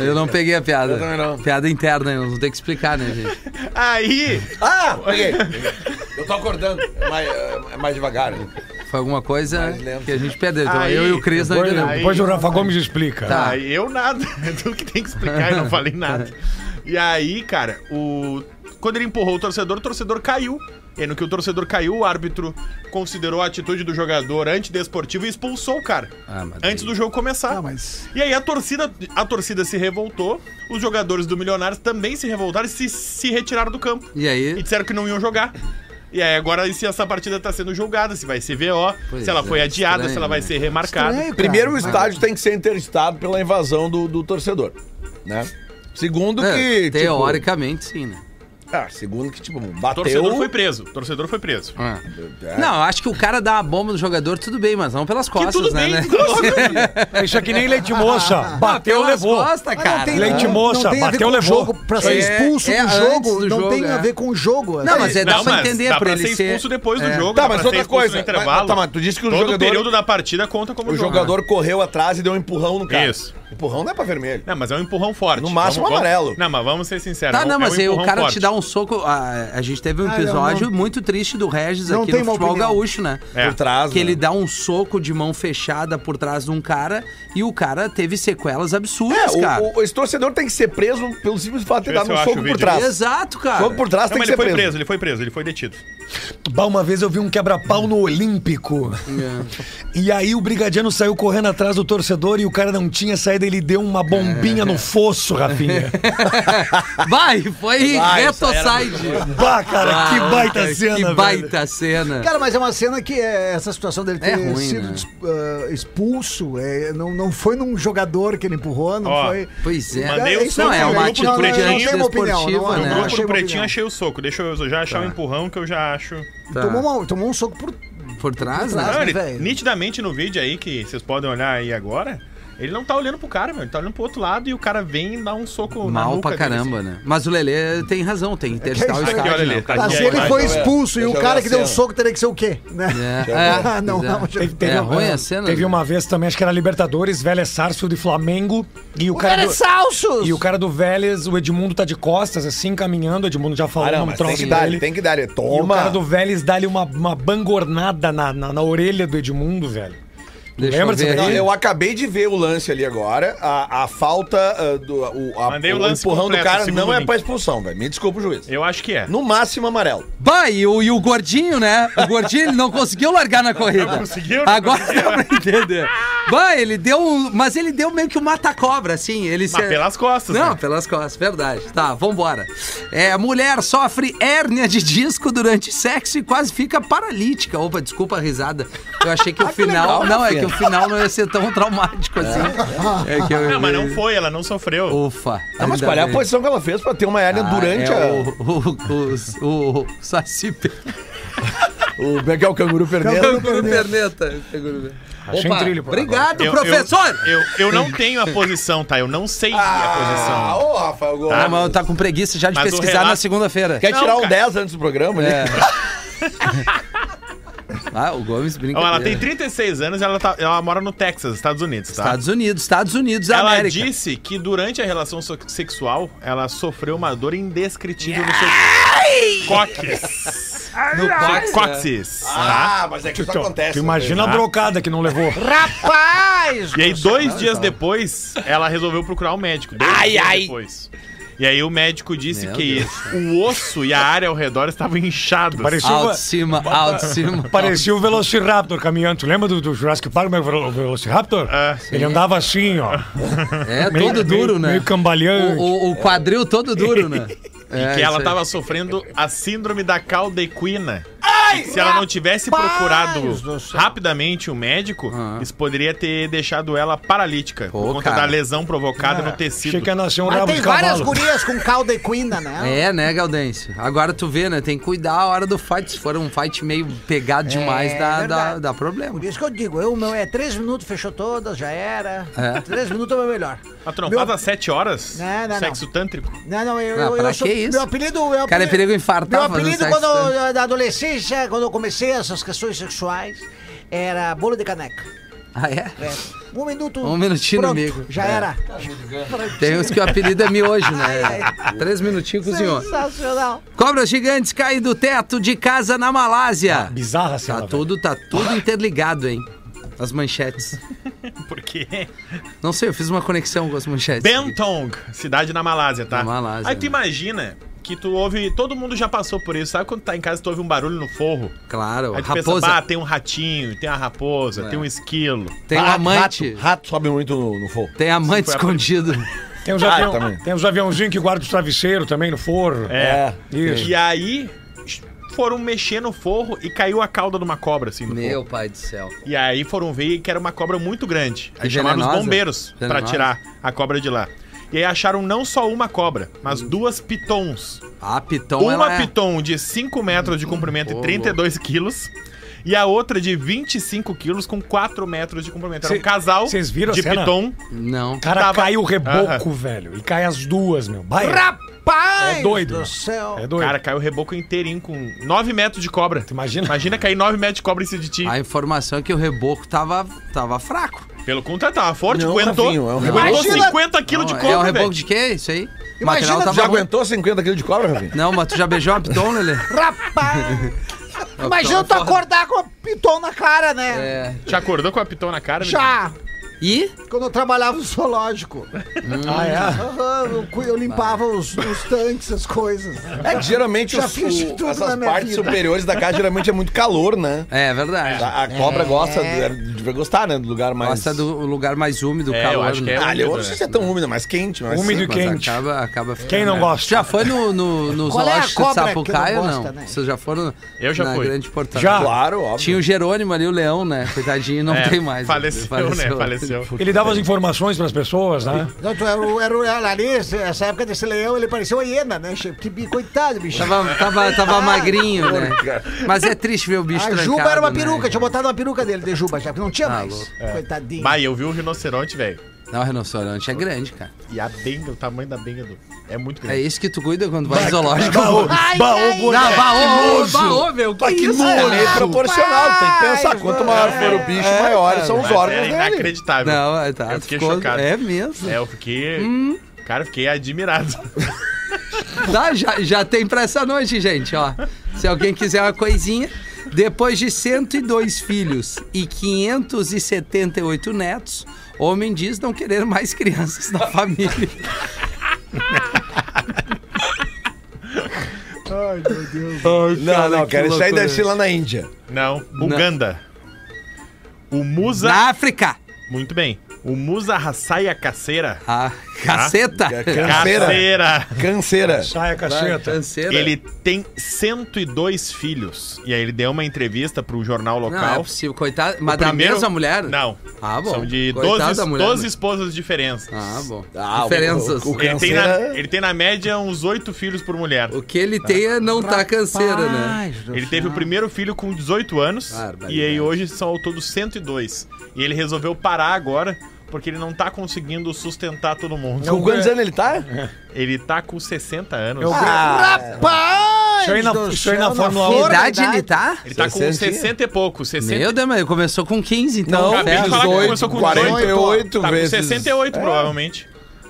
Speaker 5: Eu não peguei a piada.
Speaker 8: também não.
Speaker 5: Piada interna, eu não tenho que explicar, né, gente?
Speaker 6: Aí,
Speaker 8: Ah, peguei. Eu tô acordando. É mais, é mais devagar.
Speaker 6: né?
Speaker 5: Foi alguma coisa
Speaker 8: lento.
Speaker 5: que a gente perdeu. Então,
Speaker 6: Aí,
Speaker 5: eu e o Cris não
Speaker 2: depois,
Speaker 5: entendemos.
Speaker 2: depois o Rafa Gomes explica.
Speaker 5: Tá.
Speaker 6: Ah, eu nada. Tudo que tem que explicar, eu não falei nada. E aí, cara, o. Quando ele empurrou o torcedor, o torcedor caiu. E no que o torcedor caiu, o árbitro considerou a atitude do jogador antidesportiva e expulsou o cara.
Speaker 5: Ah, mas
Speaker 6: antes do jogo começar. E aí a torcida, a torcida se revoltou, os jogadores do Milionários também se revoltaram e se, se retiraram do campo.
Speaker 5: E
Speaker 6: E
Speaker 5: aí?
Speaker 6: disseram que não iam jogar. E aí agora se essa partida tá sendo julgada, se vai ser VO,
Speaker 5: Pois
Speaker 6: se ela
Speaker 5: é,
Speaker 6: foi adiada,
Speaker 5: estranho,
Speaker 6: se ela vai
Speaker 5: né?
Speaker 6: ser remarcada.
Speaker 7: Estranho, cara.
Speaker 8: Primeiro, o estádio tem que ser interditado pela invasão do, do torcedor, né? Segundo
Speaker 5: É,
Speaker 8: que, tipo,
Speaker 5: teoricamente, sim, né?
Speaker 8: ah, segundo que, tipo,
Speaker 6: O torcedor
Speaker 8: bateu... É.
Speaker 6: foi preso. o torcedor foi preso.
Speaker 8: Ah.
Speaker 5: É. Não, eu acho que o cara dá uma bomba no jogador, tudo bem, mas não pelas costas,
Speaker 6: tudo
Speaker 5: né?
Speaker 6: bem,
Speaker 5: né?
Speaker 6: tudo óbvio.
Speaker 2: Isso é que nem leite moça.
Speaker 5: Ah,
Speaker 2: Bateu,
Speaker 5: pelas
Speaker 2: levou.
Speaker 5: costas,
Speaker 7: Mas
Speaker 5: cara.
Speaker 2: Leite
Speaker 8: Ah,
Speaker 2: moça,
Speaker 7: não tem a ver
Speaker 2: bateu,
Speaker 7: com o
Speaker 2: levou.
Speaker 7: Jogo, pra ser
Speaker 5: É,
Speaker 7: expulso
Speaker 5: é
Speaker 7: do
Speaker 5: antes
Speaker 7: jogo,
Speaker 5: do
Speaker 7: não
Speaker 5: jogo,
Speaker 7: tem
Speaker 5: é.
Speaker 7: a ver com o jogo.
Speaker 5: Não,
Speaker 7: assim.
Speaker 5: mas é, dá
Speaker 6: Não,
Speaker 5: pra
Speaker 6: mas
Speaker 5: entender
Speaker 6: dá
Speaker 5: por
Speaker 6: pra
Speaker 5: ele é.
Speaker 6: ser expulso depois do jogo.
Speaker 8: Tá,
Speaker 6: dá
Speaker 8: mas
Speaker 6: pra
Speaker 8: outra
Speaker 6: ser expulso
Speaker 8: coisa,
Speaker 6: no intervalo.
Speaker 8: mas- tá, mas tu disse que o
Speaker 6: Todo
Speaker 8: jogador-
Speaker 6: período da partida conta como
Speaker 8: O
Speaker 6: jogo.
Speaker 8: jogador correu atrás e deu um empurrão no cara.
Speaker 6: Isso.
Speaker 8: Empurrão não é pra vermelho.
Speaker 6: Não, mas é um empurrão forte.
Speaker 8: No máximo, amarelo.
Speaker 6: Não, mas vamos ser sinceros.
Speaker 5: Tá, não,
Speaker 6: é um
Speaker 5: mas aí o
Speaker 6: empurrão
Speaker 5: cara
Speaker 6: forte.
Speaker 5: te dá um soco. A, a gente teve um
Speaker 7: Ah, não,
Speaker 5: episódio
Speaker 7: não.
Speaker 5: muito triste do Regis
Speaker 7: Não
Speaker 5: aqui
Speaker 7: tem
Speaker 5: no
Speaker 7: uma
Speaker 5: futebol
Speaker 7: opinião.
Speaker 5: gaúcho, né?
Speaker 6: É.
Speaker 8: Por trás,
Speaker 5: Que
Speaker 8: né?
Speaker 5: ele dá um soco de mão fechada por trás de um cara e o cara teve sequelas absurdas,
Speaker 8: É,
Speaker 5: cara.
Speaker 8: o, o- esse torcedor tem que ser preso pelo simples fato de ter
Speaker 6: Deixa eu ver
Speaker 8: dado um
Speaker 6: se eu acho
Speaker 8: soco
Speaker 6: o
Speaker 8: por
Speaker 6: vídeo.
Speaker 8: trás.
Speaker 5: Exato, cara.
Speaker 8: Soco por
Speaker 6: Não,
Speaker 8: trás tem
Speaker 6: mas
Speaker 8: que ser
Speaker 6: ele foi
Speaker 8: preso.
Speaker 6: preso. ele foi preso, ele foi detido.
Speaker 2: Bah, uma vez eu vi um quebra-pau no Olímpico.
Speaker 5: É.
Speaker 2: E aí o brigadiano saiu correndo atrás do torcedor e o cara não tinha saída, ele deu uma bombinha
Speaker 5: É.
Speaker 2: no fosso, Rafinha.
Speaker 5: Vai, foi
Speaker 8: Vai,
Speaker 5: reto
Speaker 8: essa era
Speaker 5: side.
Speaker 2: Bah, cara, que
Speaker 5: Ah,
Speaker 2: baita
Speaker 5: cara,
Speaker 2: cena,
Speaker 5: Que
Speaker 2: velho.
Speaker 5: baita cena.
Speaker 7: Cara, mas é uma cena que é, essa situação dele ter
Speaker 5: É ruim,
Speaker 7: sido
Speaker 5: né?
Speaker 7: des- ah, expulso, é, não, não foi num jogador que ele empurrou, não
Speaker 6: Ó,
Speaker 7: foi...
Speaker 5: Pois é.
Speaker 6: Mandei o
Speaker 5: não,
Speaker 6: soco
Speaker 5: é
Speaker 6: no
Speaker 5: uma
Speaker 6: grupo do
Speaker 5: atitude
Speaker 6: Pretinho.
Speaker 5: antidesportiva,
Speaker 7: Não tem uma opinião,
Speaker 6: No
Speaker 7: não,
Speaker 5: né?
Speaker 6: grupo
Speaker 7: achei
Speaker 6: do Pretinho
Speaker 7: uma
Speaker 6: é
Speaker 7: opinião.
Speaker 6: achei o soco. Deixa eu já achar o empurrão que eu já acho.
Speaker 5: Tá.
Speaker 7: Tomou, uma- tomou um soco por...
Speaker 5: Por trás,
Speaker 7: Por
Speaker 5: né?
Speaker 7: trás.
Speaker 6: Não,
Speaker 7: né,
Speaker 6: ele-
Speaker 7: velho?
Speaker 6: nitidamente no vídeo aí, que vocês podem olhar aí agora, Ele não tá olhando pro cara, meu. Ele tá olhando pro outro lado e o cara vem e dá um soco na
Speaker 5: Mal
Speaker 6: nuca
Speaker 5: pra
Speaker 6: dele, assim.
Speaker 5: caramba, né? Mas o Lelê tem razão, tem que
Speaker 7: É
Speaker 5: interditar o
Speaker 7: Aqui,
Speaker 5: estádio.
Speaker 6: olha
Speaker 5: né?
Speaker 6: ali, tá
Speaker 7: Mas
Speaker 6: aqui,
Speaker 7: se
Speaker 6: é,
Speaker 7: ele
Speaker 6: mas
Speaker 7: foi
Speaker 8: eu ver-
Speaker 7: expulso e
Speaker 8: deixa
Speaker 7: o
Speaker 8: eu
Speaker 7: cara
Speaker 8: ver
Speaker 7: que
Speaker 8: a
Speaker 7: deu o
Speaker 8: cena.
Speaker 7: soco teria que ser o quê? Né?
Speaker 5: assim, É, é,
Speaker 7: Ah, não,
Speaker 5: pois é.
Speaker 7: não, acho-
Speaker 2: Teve, teve
Speaker 5: É,
Speaker 2: uma-
Speaker 5: ruim a cena,
Speaker 2: teve
Speaker 5: né?
Speaker 2: uma vez também, acho que era Libertadores, Vélez Sarso de Flamengo. E o,
Speaker 7: O
Speaker 2: cara.
Speaker 7: cara é
Speaker 2: do-
Speaker 7: Salsos!
Speaker 2: E o cara do Vélez, o Edmundo tá de costas, assim, caminhando. O Edmundo já falou
Speaker 8: Ah, não,
Speaker 2: um
Speaker 8: mas tem
Speaker 2: troço
Speaker 8: que dar,
Speaker 2: dele.
Speaker 8: tem que dar. é
Speaker 2: E o
Speaker 8: Toma!
Speaker 2: cara do Vélez dá-lhe uma, uma bangornada na, na, na orelha do Edmundo, velho.
Speaker 5: Deixa
Speaker 2: Lembra
Speaker 5: eu ver.
Speaker 2: disso
Speaker 8: Não,
Speaker 2: aí?
Speaker 8: eu acabei de ver o lance ali agora. A, a falta ah, do o, a-
Speaker 6: Mandei o lance
Speaker 8: empurrão
Speaker 6: completo,
Speaker 8: do cara
Speaker 6: segundo
Speaker 8: não é
Speaker 6: link.
Speaker 8: pra expulsão, velho. Me desculpa o juiz.
Speaker 6: Eu acho que é.
Speaker 8: No máximo amarelo.
Speaker 5: Bah, e o, e o gordinho, né? O gordinho ele não conseguiu largar na corrida.
Speaker 6: Não conseguiu, não
Speaker 5: Agora
Speaker 6: conseguiu.
Speaker 5: dá pra entender. Bah, ele deu um. Mas ele deu meio que um mata-cobra, assim. Ele
Speaker 6: Mas
Speaker 5: se-
Speaker 6: pelas costas,
Speaker 5: Não,
Speaker 6: né?
Speaker 5: pelas costas, verdade. Tá, vambora. É, mulher sofre hérnia de disco durante sexo e quase fica paralítica. Opa, desculpa a risada. Eu achei que o final.
Speaker 8: Ah, legal, né,
Speaker 5: não, é
Speaker 8: Rafinha.
Speaker 5: que o final não ia ser tão traumático assim. É que eu-
Speaker 6: Não, mas não foi, ela não sofreu.
Speaker 5: Ufa.
Speaker 8: Não, mas
Speaker 5: ainda
Speaker 8: qual é a
Speaker 5: bem.
Speaker 8: posição que ela fez pra ter uma hérnia
Speaker 5: Ah,
Speaker 8: durante
Speaker 5: é
Speaker 8: a.
Speaker 5: O, o, o, o, o Saci Pe-
Speaker 8: O, como é que é o canguru perneiro?
Speaker 5: Canguru perneta. Canguru-
Speaker 2: Achei um trilho, pô.
Speaker 5: obrigado,
Speaker 6: Eu- eu-
Speaker 5: professor!
Speaker 6: Eu, eu não tenho a posição, tá? Eu não sei a
Speaker 8: Ah,
Speaker 6: posição.
Speaker 8: ô, Rafael Gomes.
Speaker 5: Ah, mas eu tá com preguiça já de
Speaker 6: Mas o
Speaker 5: pesquisar
Speaker 6: relato-
Speaker 5: na segunda-feira.
Speaker 8: Quer
Speaker 6: Não,
Speaker 8: tirar um
Speaker 6: cara.
Speaker 8: 10 antes do programa ali?
Speaker 5: É. ah, o Gomes brinca.
Speaker 6: Ó, Então, ela tem 36 anos e ela, tá- ela mora no Texas, Estados Unidos, tá?
Speaker 5: Estados Unidos, Estados Unidos,
Speaker 6: ela
Speaker 5: América.
Speaker 6: disse que durante a relação so- sexual, ela sofreu uma dor indescritível no seu coques.
Speaker 5: No Cox,
Speaker 6: Coxis. tá?
Speaker 8: Ah, mas é que isso acontece. né?
Speaker 2: Tu imagina a brocada que não levou.
Speaker 7: Rapaz!
Speaker 6: E aí,
Speaker 5: Ah,
Speaker 6: dois dias
Speaker 5: tá.
Speaker 6: depois, ela resolveu procurar o médico. Dois dias depois. E aí o médico disse
Speaker 5: Meu
Speaker 6: que o osso e a área ao redor estavam inchados.
Speaker 2: Parecia,
Speaker 5: Alto
Speaker 2: uma,
Speaker 5: de cima, alto de cima.
Speaker 2: parecia o Velociraptor caminhando. Tu lembra do, do Jurassic Park, é meu Velo- Velociraptor?
Speaker 6: Ah,
Speaker 2: Ele andava assim, ó.
Speaker 6: Um
Speaker 5: É,
Speaker 2: Meio-
Speaker 5: todo duro,
Speaker 2: meio-
Speaker 5: né?
Speaker 2: meio cambaleante.
Speaker 5: O, o- o quadril todo duro, né? É,
Speaker 6: que ela
Speaker 5: isso aí.
Speaker 6: tava sofrendo a síndrome da caldequina. E se ela não tivesse procurado rapidamente o médico, isso poderia ter deixado ela paralítica
Speaker 5: Ah. Pô,
Speaker 6: por conta
Speaker 5: cara.
Speaker 6: da lesão provocada no
Speaker 2: Achei
Speaker 6: tecido.
Speaker 2: que ia nascer um
Speaker 7: Mas
Speaker 2: rabo
Speaker 7: tem
Speaker 2: de
Speaker 7: várias
Speaker 2: cavalo.
Speaker 7: gurias com calda equina, né?
Speaker 5: É, né, Gaudêncio? Agora tu vê, né? Tem que cuidar a hora do fight. Se for um fight meio pegado demais, dá, dá,
Speaker 7: verdade.
Speaker 5: dá problema.
Speaker 7: Por isso que eu digo, eu meu é três minutos, fechou todas, já era.
Speaker 5: É.
Speaker 7: Três minutos é o meu melhor.
Speaker 6: A trombada às 7 horas?
Speaker 7: Não, não,
Speaker 6: sexo tântrico?
Speaker 7: Não, não, eu,
Speaker 5: Ah,
Speaker 7: eu,
Speaker 5: pra
Speaker 7: eu sou.
Speaker 5: que isso?
Speaker 7: Meu apelido. Meu
Speaker 5: Cara, é perigo infartar
Speaker 7: Meu
Speaker 5: fazendo
Speaker 7: apelido
Speaker 5: sexo né?
Speaker 7: quando eu-
Speaker 5: tanto.
Speaker 7: na adolescência, quando eu comecei essas questões sexuais, era bolo de caneca.
Speaker 5: Ah, é?
Speaker 7: É, Um minuto.
Speaker 5: Um minutinho,
Speaker 7: pronto,
Speaker 5: amigo.
Speaker 7: Já
Speaker 5: É.
Speaker 7: era.
Speaker 5: Tem uns que o apelido é miojo, né? Três minutinhos cozinhou.
Speaker 7: Sensacional.
Speaker 5: Cobras gigantes caem do teto de casa na
Speaker 6: Ah,
Speaker 5: Malásia.
Speaker 2: Bizarra a cena.
Speaker 5: Tá
Speaker 2: velho.
Speaker 5: tudo, tá tudo interligado, hein? As manchetes.
Speaker 6: Por quê?
Speaker 5: Não sei, eu fiz uma conexão com as manchetes.
Speaker 6: Bentong, cidade na Malásia, tá?
Speaker 5: Na Malásia,
Speaker 6: Aí tu
Speaker 5: né?
Speaker 6: imagina que tu ouve. Todo mundo já passou por isso. Sabe quando tá em casa e tu ouve um barulho no forro?
Speaker 5: Claro,
Speaker 6: Aí tu
Speaker 5: raposa. É.
Speaker 6: pensa, ah, tem um ratinho, tem a raposa, tem um esquilo.
Speaker 5: tem um amante.
Speaker 8: Rato, rato sobe muito no, no fogo.
Speaker 5: Tem amante
Speaker 6: Sim, assim, foi a
Speaker 5: escondido.
Speaker 2: Tem uns,
Speaker 8: Ah,
Speaker 2: avião,
Speaker 8: também.
Speaker 2: tem uns aviãozinhos que guardam os travesseiros também no forro.
Speaker 6: É.
Speaker 2: Isso.
Speaker 6: E aí foram mexer no forro e caiu a cauda de uma cobra, assim, no
Speaker 5: Meu
Speaker 6: forro.
Speaker 5: pai do céu.
Speaker 6: E aí foram ver que era uma cobra muito grande. Aí
Speaker 5: E
Speaker 6: chamaram os
Speaker 5: venenosa?
Speaker 6: bombeiros pra
Speaker 5: Venenosa?
Speaker 6: tirar a cobra de lá. E aí acharam não só uma cobra, mas duas pitons.
Speaker 5: A Piton,
Speaker 6: Uma
Speaker 5: ela Então é...
Speaker 6: piton de 5 metros de comprimento
Speaker 5: Ô,
Speaker 6: e 32 quilos. E a outra de 25 quilos com 4 metros de comprimento. Era um
Speaker 2: Cê-
Speaker 6: casal
Speaker 2: cês viram a
Speaker 6: de
Speaker 2: cena?
Speaker 6: piton.
Speaker 5: Não.
Speaker 2: O cara
Speaker 6: Tava-
Speaker 2: cai o reboco, velho. E cai as duas, meu. Vai.
Speaker 7: Rapaz!
Speaker 2: É doido,
Speaker 7: Do
Speaker 2: mano.
Speaker 7: céu.
Speaker 2: É doido.
Speaker 6: Cara, caiu o reboco inteirinho com 9 metros de cobra.
Speaker 2: Tu imagina?
Speaker 6: Imagina cair 9 metros de cobra em cima de ti.
Speaker 5: A informação é que o reboco tava, tava fraco.
Speaker 6: Pelo contrário, tava forte,
Speaker 8: Não,
Speaker 6: aguentou.
Speaker 8: Rafinho, é um
Speaker 6: aguentou
Speaker 7: Imagina-
Speaker 6: 50 quilos de
Speaker 5: Não,
Speaker 6: cobra,
Speaker 5: É o reboco
Speaker 6: velho.
Speaker 5: de quê? Isso aí? O
Speaker 8: Imagina,
Speaker 5: material
Speaker 8: tu já
Speaker 5: bom.
Speaker 8: aguentou 50 quilos de cobra, Rafinha?
Speaker 5: Não, mas tu já beijou uma Piton, Lelê?
Speaker 7: Rapaz! Imagina tu acordar com a piton na cara, né?
Speaker 5: Então,
Speaker 7: Tá.
Speaker 5: É.
Speaker 6: Te acordou com a piton na cara? né?
Speaker 7: Já!
Speaker 5: E?
Speaker 7: Quando eu trabalhava no zoológico.
Speaker 2: Ah, é?
Speaker 7: Aham, eu cu- eu limpava os, os tanques, as coisas.
Speaker 8: É que geralmente
Speaker 7: Já
Speaker 8: os-
Speaker 7: fiz de
Speaker 8: o-
Speaker 7: tudo
Speaker 8: essas
Speaker 7: na minha
Speaker 8: partes
Speaker 7: vida.
Speaker 8: superiores da casa geralmente é muito calor, né?
Speaker 5: É, verdade.
Speaker 8: A, a
Speaker 6: É.
Speaker 8: cobra gosta, de, deve gostar, né? Do lugar mais...
Speaker 5: Gosta do lugar mais úmido,
Speaker 6: É, eu
Speaker 5: calor.
Speaker 6: acho que é
Speaker 5: né?
Speaker 8: Ah, eu não
Speaker 6: úmido,
Speaker 8: sei
Speaker 6: né?
Speaker 8: se é tão úmido, mas quente. Mas
Speaker 2: Úmido
Speaker 8: sim.
Speaker 2: e
Speaker 5: Mas
Speaker 2: quente.
Speaker 5: Acaba, acaba ficando.
Speaker 2: Quem não
Speaker 5: né?
Speaker 2: gosta?
Speaker 5: Já foi no, no, no
Speaker 7: Qual é a
Speaker 5: zoológico de
Speaker 7: cobra que
Speaker 5: Sapucaí
Speaker 7: não
Speaker 5: ou
Speaker 7: gosta,
Speaker 5: não?
Speaker 7: né?
Speaker 5: Vocês já foram no-
Speaker 6: Eu já
Speaker 5: na
Speaker 6: fui.
Speaker 5: Grande Porto
Speaker 2: Já.
Speaker 5: Alegre?
Speaker 8: Claro, óbvio.
Speaker 5: Tinha o Jerônimo ali, o leão, né? Coitadinho, não
Speaker 6: É,
Speaker 5: tem mais.
Speaker 6: faleceu, né? Faleceu.
Speaker 2: Ele dava as informações pras pessoas, né?
Speaker 7: Não, tu era, o- era, o- era ali, essa época desse leão, ele parecia uma hiena, né? che- Que bi- coitado, bicho.
Speaker 5: Tava, tava, tava magrinho, né? Mas é triste ver o bicho
Speaker 7: Ah, A
Speaker 5: trancado,
Speaker 7: Juba era uma
Speaker 5: né?
Speaker 7: peruca, tinha botado uma peruca dele de Juba, já que não tinha
Speaker 5: Tá
Speaker 7: mais.
Speaker 5: louco.
Speaker 7: Coitadinho.
Speaker 6: Bah, e eu vi o rinoceronte, velho.
Speaker 5: Não, o rinoceronte é grande, cara.
Speaker 6: E a benga, o tamanho da benga do... É muito
Speaker 5: É
Speaker 6: grande.
Speaker 5: isso que tu cuida quando vai ao zoológico.
Speaker 2: Baô, baô,
Speaker 5: Não,
Speaker 2: boneco.
Speaker 5: baô, baô, meu. Que, isso,
Speaker 8: É
Speaker 5: cara?
Speaker 8: meio proporcional, tem que pensar. Quanto
Speaker 7: É.
Speaker 8: maior for o bicho, maiores são os
Speaker 6: Mas era
Speaker 8: órgãos dele.
Speaker 6: inacreditável.
Speaker 5: É, Não, é, tá.
Speaker 6: Eu fiquei
Speaker 5: ficou-
Speaker 6: chocado.
Speaker 5: É mesmo.
Speaker 6: É, eu fiquei...
Speaker 8: Hum?
Speaker 6: Cara, eu fiquei admirado.
Speaker 5: Tá, já, já tem pra essa noite, gente, ó. Se alguém quiser uma coisinha. Depois de 102 filhos e 578 netos, homem diz não querer mais crianças na família.
Speaker 8: Não, não, cara,
Speaker 5: né? que
Speaker 8: isso aí
Speaker 5: loucura.
Speaker 8: deve ser lá na Índia.
Speaker 6: Não, Uganda. O Musa...
Speaker 5: Na África.
Speaker 6: Muito bem. O Musa Hassaia Caceira.
Speaker 5: Ah, caceta.
Speaker 6: Ah,
Speaker 8: Canseira. Canseira.
Speaker 2: Saia caceta.
Speaker 5: Canseira.
Speaker 6: Ele tem 102 filhos. E aí ele deu uma entrevista pro jornal
Speaker 5: Não, é
Speaker 6: local.
Speaker 5: possível, coitado. Mas
Speaker 6: O primeiro-
Speaker 5: da mesma mulher?
Speaker 6: Não.
Speaker 5: Ah, bom.
Speaker 6: São de
Speaker 5: Coitada
Speaker 6: 12,
Speaker 5: da mulher,
Speaker 6: 12
Speaker 5: né?
Speaker 6: esposas diferentes.
Speaker 5: Ah, bom.
Speaker 8: Ah, o-
Speaker 5: Diferenças. O,
Speaker 8: o- o-
Speaker 6: ele, tem na,
Speaker 8: Canseira-
Speaker 6: ele tem na média uns 8 filhos por mulher.
Speaker 5: que ele tem é não tá canseira, né?
Speaker 6: Ele teve o primeiro filho com 18 anos.
Speaker 5: Barbaridade.
Speaker 6: E aí hoje são ao todo 102. E ele resolveu parar agora. Porque ele não tá conseguindo sustentar todo mundo.
Speaker 8: Com quantos anos ele tá? Ah,
Speaker 6: Ele tá com 60 anos.
Speaker 7: Rapaz!
Speaker 2: Isso aí na-
Speaker 7: do
Speaker 2: isso aí na
Speaker 7: céu,
Speaker 2: Fórmula um.
Speaker 5: Que
Speaker 2: Porra,
Speaker 5: idade ele tá?
Speaker 6: Ele tá com
Speaker 8: 60 e-
Speaker 6: 60 e pouco. 60
Speaker 5: Meu Deus, mas ele começou com 15, então.
Speaker 8: Não,
Speaker 5: né?
Speaker 6: acabei de falar que ele começou com 18.
Speaker 8: 48
Speaker 6: Tá com
Speaker 8: vezes. É.
Speaker 6: 68, provavelmente.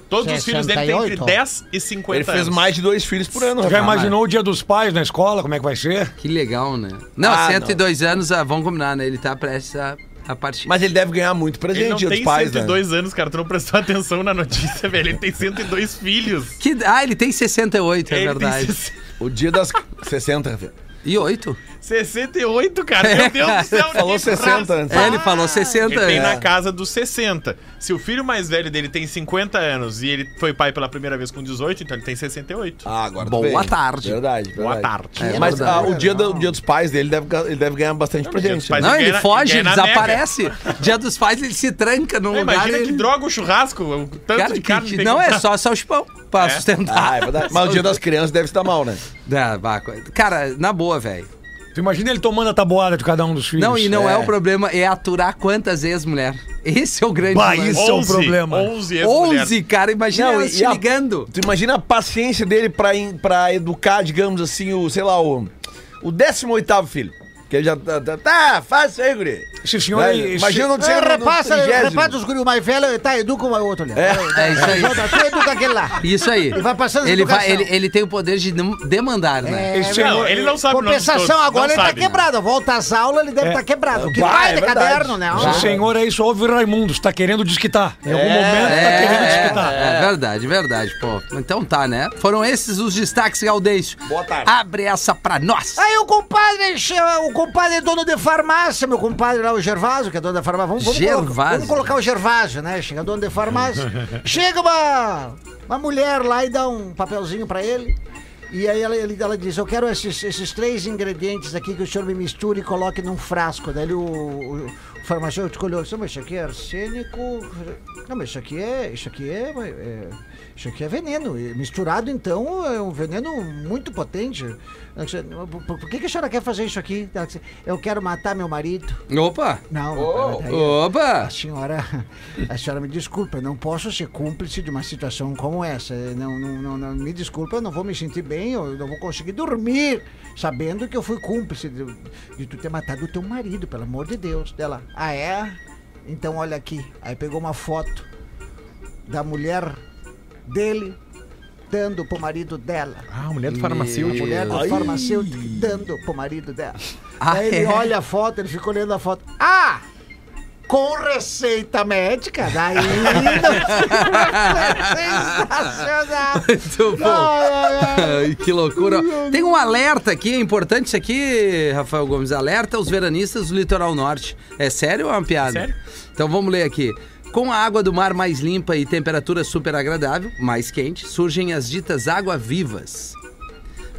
Speaker 6: Todos os filhos dele têm entre
Speaker 7: 68.
Speaker 6: 10 e 50
Speaker 8: Ele fez
Speaker 6: anos.
Speaker 8: mais de dois filhos por ano.
Speaker 2: Já
Speaker 8: rapaz.
Speaker 2: imaginou o dia dos pais na escola? Como é que vai ser?
Speaker 5: Que legal, né? Não,
Speaker 8: Ah,
Speaker 5: 102 anos, ah, vamos combinar, né? Ele tá prestes a, a partir.
Speaker 8: Mas ele deve ganhar muito pra
Speaker 6: Ele
Speaker 8: gente,
Speaker 6: não
Speaker 8: dia dos
Speaker 6: tem
Speaker 8: pais, né?
Speaker 6: 102 anos, cara. Tu não prestou atenção na notícia, velho. Ele tem 102 filhos.
Speaker 5: Que, ah, ele tem 68, é
Speaker 6: Ele
Speaker 5: verdade.
Speaker 6: Tem 60
Speaker 8: O dia das 60, velho.
Speaker 5: E 8?
Speaker 6: 68, cara. Meu Deus do céu.
Speaker 8: Falou né?
Speaker 6: que
Speaker 8: 60
Speaker 6: raça.
Speaker 8: antes.
Speaker 5: É, ele falou 60.
Speaker 6: Ele tem
Speaker 5: é.
Speaker 6: na casa dos 60. Se o filho mais velho dele tem 50 anos e ele foi pai pela primeira vez com 18, então ele tem 68.
Speaker 8: Ah, agora tu
Speaker 5: Boa
Speaker 8: vem.
Speaker 5: tarde.
Speaker 8: Verdade, verdade.
Speaker 6: Boa tarde.
Speaker 5: É,
Speaker 8: Mas
Speaker 5: verdade.
Speaker 8: ah, o, dia do- o dia dos pais dele, deve, ga- ele deve ganhar bastante pra
Speaker 6: o dia dos
Speaker 8: gente.
Speaker 6: pais-
Speaker 8: né?
Speaker 5: Não,
Speaker 6: ele
Speaker 5: ele
Speaker 6: ganha na-
Speaker 5: foge,
Speaker 6: ele
Speaker 5: ele
Speaker 6: ganha na
Speaker 5: desaparece. Dia dos pais, ele se tranca num
Speaker 6: Não,
Speaker 5: lugar.
Speaker 6: imagina que
Speaker 5: ele-
Speaker 6: droga o churrasco. O tanto
Speaker 5: Cara,
Speaker 6: de
Speaker 5: que-
Speaker 6: carne
Speaker 5: que-
Speaker 6: que tem
Speaker 5: não
Speaker 6: que
Speaker 5: é
Speaker 6: comprar.
Speaker 5: só salchipão pra
Speaker 6: É.
Speaker 5: sustentar.
Speaker 8: Ah, é verdade. Mas o dia das crianças deve estar mal, né?
Speaker 5: É, vá, co- Cara, na boa, velho.
Speaker 2: Tu imagina ele tomando a tabuada de cada um dos filhos.
Speaker 5: Não, e não é.
Speaker 8: é.
Speaker 5: o problema, é aturar quantas vezes, mulher. Esse é o grande
Speaker 2: Bah,
Speaker 5: lance.
Speaker 2: isso é o
Speaker 6: 11,
Speaker 2: problema.
Speaker 6: 11 ex-mulheres.
Speaker 5: 11, cara, imagina
Speaker 8: Não,
Speaker 5: ela
Speaker 8: e-
Speaker 5: se
Speaker 8: e a-
Speaker 5: ligando.
Speaker 8: Tu imagina a paciência dele pra, in- pra educar, digamos assim, o, sei lá, o, o 18 filho. Que ele já tá. Tá, tá faz isso aí, guri.
Speaker 2: Esse senhor
Speaker 8: Né?
Speaker 2: aí-
Speaker 8: Imagina
Speaker 2: esse-
Speaker 8: não ser
Speaker 7: Ah, repassa, repassa os gurios mais velhos, tá, educa o outro ali. É,
Speaker 5: é isso aí.
Speaker 7: Tu educa aquele lá.
Speaker 5: Isso aí.
Speaker 7: Vai passando
Speaker 5: ele,
Speaker 7: educação.
Speaker 5: vai, ele, ele tem o poder de dem- demandar, né?
Speaker 7: É, velho.
Speaker 2: Esse senhor-
Speaker 6: Não, ele não sabe o nome de todos.
Speaker 7: Compensação, agora
Speaker 6: Não
Speaker 7: ele
Speaker 6: sabe.
Speaker 7: tá quebrado. Volta às aulas, ele deve
Speaker 2: É.
Speaker 7: estar tá quebrado. Que
Speaker 8: Bah,
Speaker 7: vai
Speaker 8: é
Speaker 7: de
Speaker 8: verdade.
Speaker 7: caderno, né?
Speaker 2: Esse senhor aí só ouve Raimundo, está querendo desquitar. Em algum
Speaker 8: É,
Speaker 2: momento está querendo desquitar.
Speaker 5: é, é verdade, verdade, pô. Então tá, né? Foram esses os destaques, Gaudêncio.
Speaker 8: Boa tarde.
Speaker 5: Abre essa pra nós.
Speaker 7: Aí o compadre, chama- o compadre é dono de farmácia, meu compadre lá, o Gervásio, que é dono da farmácia. Vamos, vamos,
Speaker 5: Gervásio.
Speaker 7: Colocar, vamos colocar o Gervásio, né? Chega dono de farmácia. Chega uma, uma mulher lá e dá um papelzinho pra ele. E aí ela, ele- ela diz, eu quero esses, esses três ingredientes aqui que o senhor me misture e coloque num frasco. Daí ele, o, o, o farmacêutico olhou, "Não, mas isso aqui é arsênico... Não, mas isso aqui é... Isso aqui é... é- isso aqui é veneno. E Misturado, então, é um veneno muito potente. Ela disse, Por, por que que a senhora quer fazer isso aqui? Ela disse, eu quero matar meu marido.
Speaker 5: Opa!
Speaker 7: Não, tá daí-
Speaker 5: Opa!
Speaker 7: a senhora, a senhora me desculpa, eu não posso ser cúmplice de uma situação como essa. Eh, Não, não, não, não- me desculpa, eu não vou me sentir bem, eu não vou conseguir dormir sabendo que eu fui cúmplice de, de tu ter matado o teu marido, pelo amor de Deus. Dela, ah é? Então olha aqui. Aí pegou uma foto da mulher dele dando pro marido dela.
Speaker 6: Ah, mulher do
Speaker 7: A
Speaker 6: farmacêutico.
Speaker 7: mulher do farmacêutico dando pro marido dela.
Speaker 5: Ah,
Speaker 7: Aí ele
Speaker 5: é?
Speaker 7: olha a foto, ele fica olhando a foto. Ah! Com receita médica, daí não sensacional.
Speaker 5: Muito bom.
Speaker 7: Ai, ai, ai.
Speaker 5: Ai, que loucura. Tem um alerta aqui, é importante isso aqui, Rafael Gomes. Alerta os veranistas do litoral norte. É sério ou é uma piada?
Speaker 6: Sério.
Speaker 5: Então vamos ler aqui. Com a água do mar mais limpa e temperatura super agradável, mais quente, surgem as ditas água-vivas.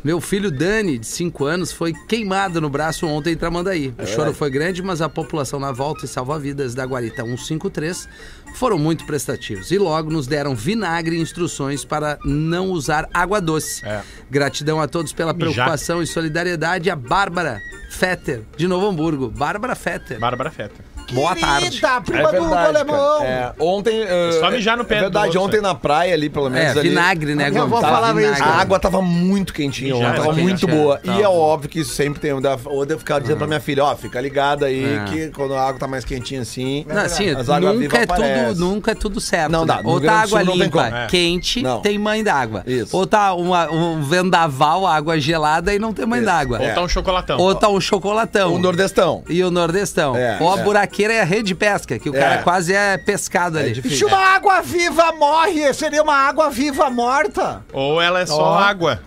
Speaker 5: Meu filho Dani, de 5 anos, foi queimado no braço ontem em Tramandaí. O choro foi grande, mas a população na volta e salva-vidas da Guarita 153 foram muito prestativos. E logo nos deram vinagre e instruções para não usar água doce. Gratidão a todos pela preocupação e solidariedade. A Bárbara Fetter, de Novo Hamburgo. Bárbara Fetter.
Speaker 6: Bárbara Feta.
Speaker 5: Boa tarde.
Speaker 7: Querida, prima do alemão.
Speaker 8: É, ontem. eh,
Speaker 6: só mijar no pé
Speaker 8: É
Speaker 6: do
Speaker 8: verdade,
Speaker 6: outro, né?
Speaker 8: ontem
Speaker 6: sabe?
Speaker 8: na praia ali, pelo menos.
Speaker 5: É,
Speaker 8: ali,
Speaker 5: vinagre, né,
Speaker 7: Minha avó
Speaker 5: Gomes? Tava
Speaker 7: falava isso,
Speaker 8: A
Speaker 5: vinagre.
Speaker 8: água tava muito quentinha
Speaker 6: Já
Speaker 8: ontem,
Speaker 6: era
Speaker 8: tava
Speaker 5: quente,
Speaker 8: muito
Speaker 5: é.
Speaker 8: boa.
Speaker 5: Tava.
Speaker 8: E é óbvio que isso sempre tem. Eu dava- eu devo ficar dizendo
Speaker 6: Uhum.
Speaker 8: pra minha filha, ó, fica ligada aí,
Speaker 5: É.
Speaker 8: que quando a água tá mais quentinha assim.
Speaker 5: Não, assim,
Speaker 8: As águas
Speaker 5: nunca
Speaker 8: vivas
Speaker 5: é,
Speaker 8: aparecem.
Speaker 5: tudo, nunca é tudo certo.
Speaker 8: Não dá.
Speaker 5: né?
Speaker 8: No
Speaker 5: Ou
Speaker 8: Rio Grande
Speaker 5: tá
Speaker 8: do Sul
Speaker 5: água
Speaker 8: não tem
Speaker 5: limpa,
Speaker 8: como. É.
Speaker 5: quente,
Speaker 8: Não.
Speaker 5: tem mãe d'água.
Speaker 8: Isso.
Speaker 5: Ou tá uma- um vendaval, água gelada e não tem mãe
Speaker 8: Isso.
Speaker 5: d'água.
Speaker 6: Ou tá um chocolatão.
Speaker 5: Ou tá um chocolatão.
Speaker 8: O nordestão.
Speaker 5: E o Nordestão.
Speaker 8: É,
Speaker 5: Ou a
Speaker 8: é.
Speaker 5: buraqueira é a rede de pesca, que o cara
Speaker 8: É.
Speaker 5: quase é pescado ali.
Speaker 8: difícil. É.
Speaker 7: E se uma água viva morre, seria uma água viva morta?
Speaker 6: Ou ela é só água.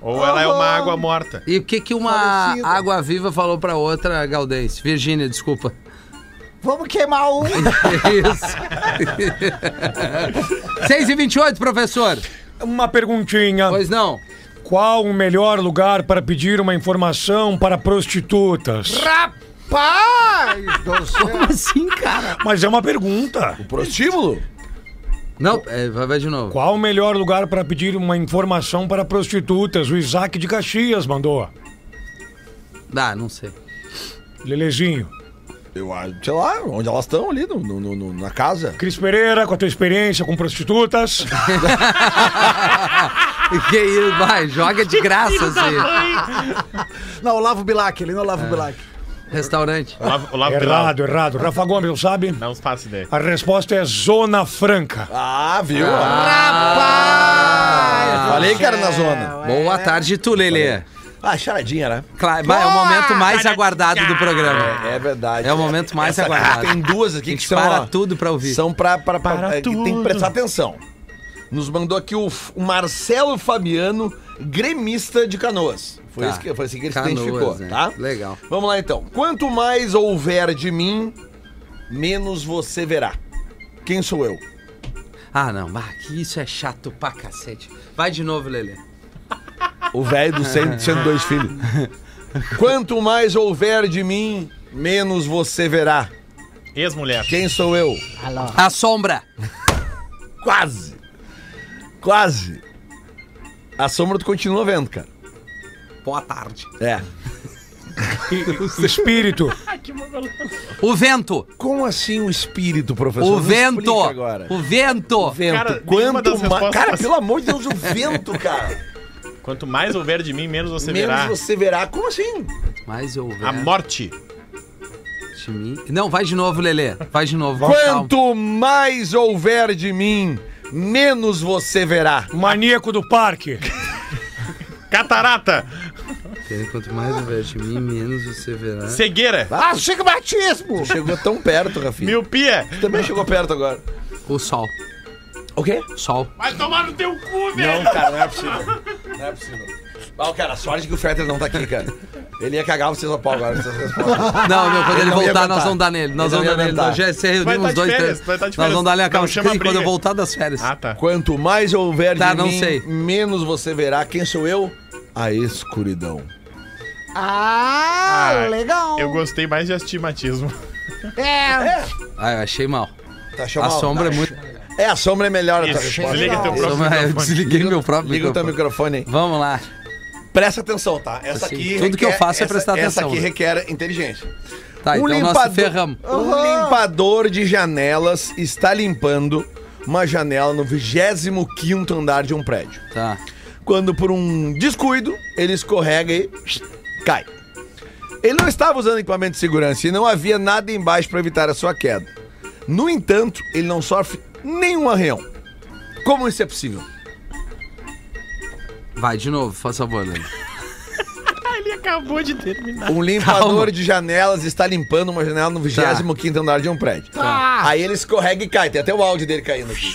Speaker 6: Ou ela é uma água morta.
Speaker 5: E o que que uma
Speaker 7: Falecida.
Speaker 5: água-viva falou pra outra, Galdês? Virgínia, desculpa.
Speaker 7: Vamos queimar um.
Speaker 5: Isso. 6 e 28 professor.
Speaker 2: Uma perguntinha.
Speaker 5: Pois não.
Speaker 2: Qual o melhor lugar para pedir uma informação para prostitutas?
Speaker 7: Rapaz do céu.
Speaker 5: Como assim, cara?
Speaker 2: Mas é uma pergunta.
Speaker 8: Prostíbulo?
Speaker 5: Não, é, vai, vai de novo.
Speaker 2: Qual o melhor lugar para pedir uma informação para prostitutas? O Isaac de Caxias mandou.
Speaker 5: Dá, não sei.
Speaker 2: Lelezinho.
Speaker 8: Eu acho, sei lá, onde elas estão ali, no, no- no- na casa.
Speaker 2: Cris Pereira, com a tua experiência com prostitutas.
Speaker 5: Que isso, vai, joga de graça assim.
Speaker 7: Não, Olavo Bilac, ele não é Olavo Bilac.
Speaker 5: Restaurante.
Speaker 6: Olavo, Olavo Bilal.
Speaker 2: errado, errado. Rafa Gomes, não sabe?
Speaker 6: Não se passa ideia.
Speaker 2: A resposta é Zona Franca.
Speaker 8: Ah, viu? Ah,
Speaker 7: Rapaz!
Speaker 8: Falei, cara, na zona.
Speaker 5: Ah, Boa tarde, tu, Lelê.
Speaker 8: Ah, charadinha, né?
Speaker 5: Claro, vai, é o momento mais aguardado do programa.
Speaker 8: É verdade.
Speaker 5: É o momento mais aguardado.
Speaker 8: Tem duas aqui
Speaker 5: A
Speaker 8: que,
Speaker 5: gente
Speaker 8: são.
Speaker 5: para
Speaker 8: ó,
Speaker 5: tudo pra ouvir.
Speaker 8: São pra. pra, pra-
Speaker 6: Para
Speaker 8: é, que tem que
Speaker 6: tudo.
Speaker 8: prestar atenção. Nos mandou aqui o, F- o Marcelo Fabiano, gremista de canoas. Foi,
Speaker 5: Tá.
Speaker 8: isso que, foi assim que ele
Speaker 5: Canoas,
Speaker 8: se identificou,
Speaker 5: né?
Speaker 8: tá?
Speaker 5: Legal.
Speaker 8: Vamos lá então. Quanto mais houver de mim, menos você verá. Quem sou eu?
Speaker 5: Ah, não, bah, que isso é chato pra cacete. Vai de novo, Lelê.
Speaker 8: O velho do cento- 102 filhos. Quanto mais houver de mim, menos você verá.
Speaker 6: Ex-mulher.
Speaker 8: Quem sou eu?
Speaker 5: A sombra.
Speaker 8: Quase. Quase. A sombra tu continua vendo, cara.
Speaker 5: Boa tarde.
Speaker 8: É.
Speaker 2: E- espírito.
Speaker 5: O vento.
Speaker 8: Como assim o espírito, professor?
Speaker 5: O
Speaker 8: Me
Speaker 5: vento.
Speaker 8: explica agora.
Speaker 5: O vento.
Speaker 8: vento.
Speaker 6: Cara, nenhuma
Speaker 8: Quanto
Speaker 6: das
Speaker 8: mais...
Speaker 6: respostas-
Speaker 8: Cara, pelo amor de Deus, o vento, cara.
Speaker 6: Quanto mais houver de mim, menos você
Speaker 8: Menos
Speaker 6: verá.
Speaker 8: você verá. Como assim?
Speaker 5: Mas eu
Speaker 6: A morte.
Speaker 5: de mim. Não, vai de novo, Lelê. Vai de novo. com calma.
Speaker 8: Quanto mais houver de mim, menos você verá.
Speaker 2: Maníaco do parque.
Speaker 6: Catarata.
Speaker 5: Quanto mais houver de mim, menos você verá.
Speaker 6: Cegueira.
Speaker 7: Ah, Chico Batismo!
Speaker 8: Chegou tão perto, Rafinha.
Speaker 6: Miopia.
Speaker 8: Também chegou perto agora.
Speaker 5: O sol.
Speaker 8: O quê?
Speaker 5: Sol.
Speaker 6: Vai tomar no teu cu,
Speaker 8: Não, cara, não é possível. Não é possível. Ah, cara, sorte que o Fetter não tá aqui, cara. Ele ia cagar vocês no pau agora, com essas respostas.
Speaker 5: Não, meu, quando ele,
Speaker 8: não ia
Speaker 5: voltar,
Speaker 8: aguentar.
Speaker 5: nós vamos dar nele. Nós
Speaker 8: Ele
Speaker 5: vamos
Speaker 8: não
Speaker 5: dar
Speaker 8: ia
Speaker 5: nele.
Speaker 8: aguentar.
Speaker 5: Nós já se reunimos
Speaker 6: Vai tá de
Speaker 5: dois,
Speaker 6: férias,
Speaker 5: três.
Speaker 6: vai tá de
Speaker 5: nós
Speaker 6: férias.
Speaker 5: vamos dar ali a
Speaker 6: Não,
Speaker 5: calma.
Speaker 6: chama a
Speaker 5: Quando eu
Speaker 6: briga.
Speaker 5: voltar das férias.
Speaker 6: Ah, tá.
Speaker 8: Quanto mais houver
Speaker 5: Tá,
Speaker 8: de
Speaker 5: não
Speaker 8: mim,
Speaker 5: sei.
Speaker 8: menos você verá. Quem sou eu? A escuridão.
Speaker 7: Ah,
Speaker 6: Ah,
Speaker 7: legal!
Speaker 6: Eu gostei mais de astigmatismo.
Speaker 7: É,
Speaker 5: Ah, eu achei mal.
Speaker 8: Tá
Speaker 5: A
Speaker 8: chamando.
Speaker 5: sombra é muito.
Speaker 8: É, a sombra é melhor a tua
Speaker 6: Isso,
Speaker 8: resposta.
Speaker 6: desliga teu próprio
Speaker 5: Sombra- Eu
Speaker 6: microfone.
Speaker 5: desliguei meu próprio
Speaker 8: Liga o teu
Speaker 5: microfone.
Speaker 8: microfone aí.
Speaker 5: Vamos lá.
Speaker 8: Presta atenção, tá? Essa
Speaker 5: Assim,
Speaker 8: aqui.
Speaker 5: tudo que eu faço é
Speaker 8: essa-
Speaker 5: prestar atenção,
Speaker 8: Essa aqui
Speaker 5: né?
Speaker 8: requer inteligência.
Speaker 5: Tá, então nós se ferramos.
Speaker 8: um limpador de janelas está limpando uma janela no 25 andar de um prédio.
Speaker 5: Tá.
Speaker 8: Quando, por um descuido, ele escorrega e cai. Ele não estava usando equipamento de segurança e não havia nada embaixo para evitar a sua queda. No entanto, ele não sofre nenhum arranhão. Como isso é possível?
Speaker 5: Vai de novo, faz favor, Lelê.
Speaker 6: Ele acabou de terminar.
Speaker 8: Um limpador
Speaker 5: Calma.
Speaker 8: de janelas está limpando uma janela no 25 andar de um prédio. Aí ele escorrega e cai. Tem até o áudio dele caindo aqui.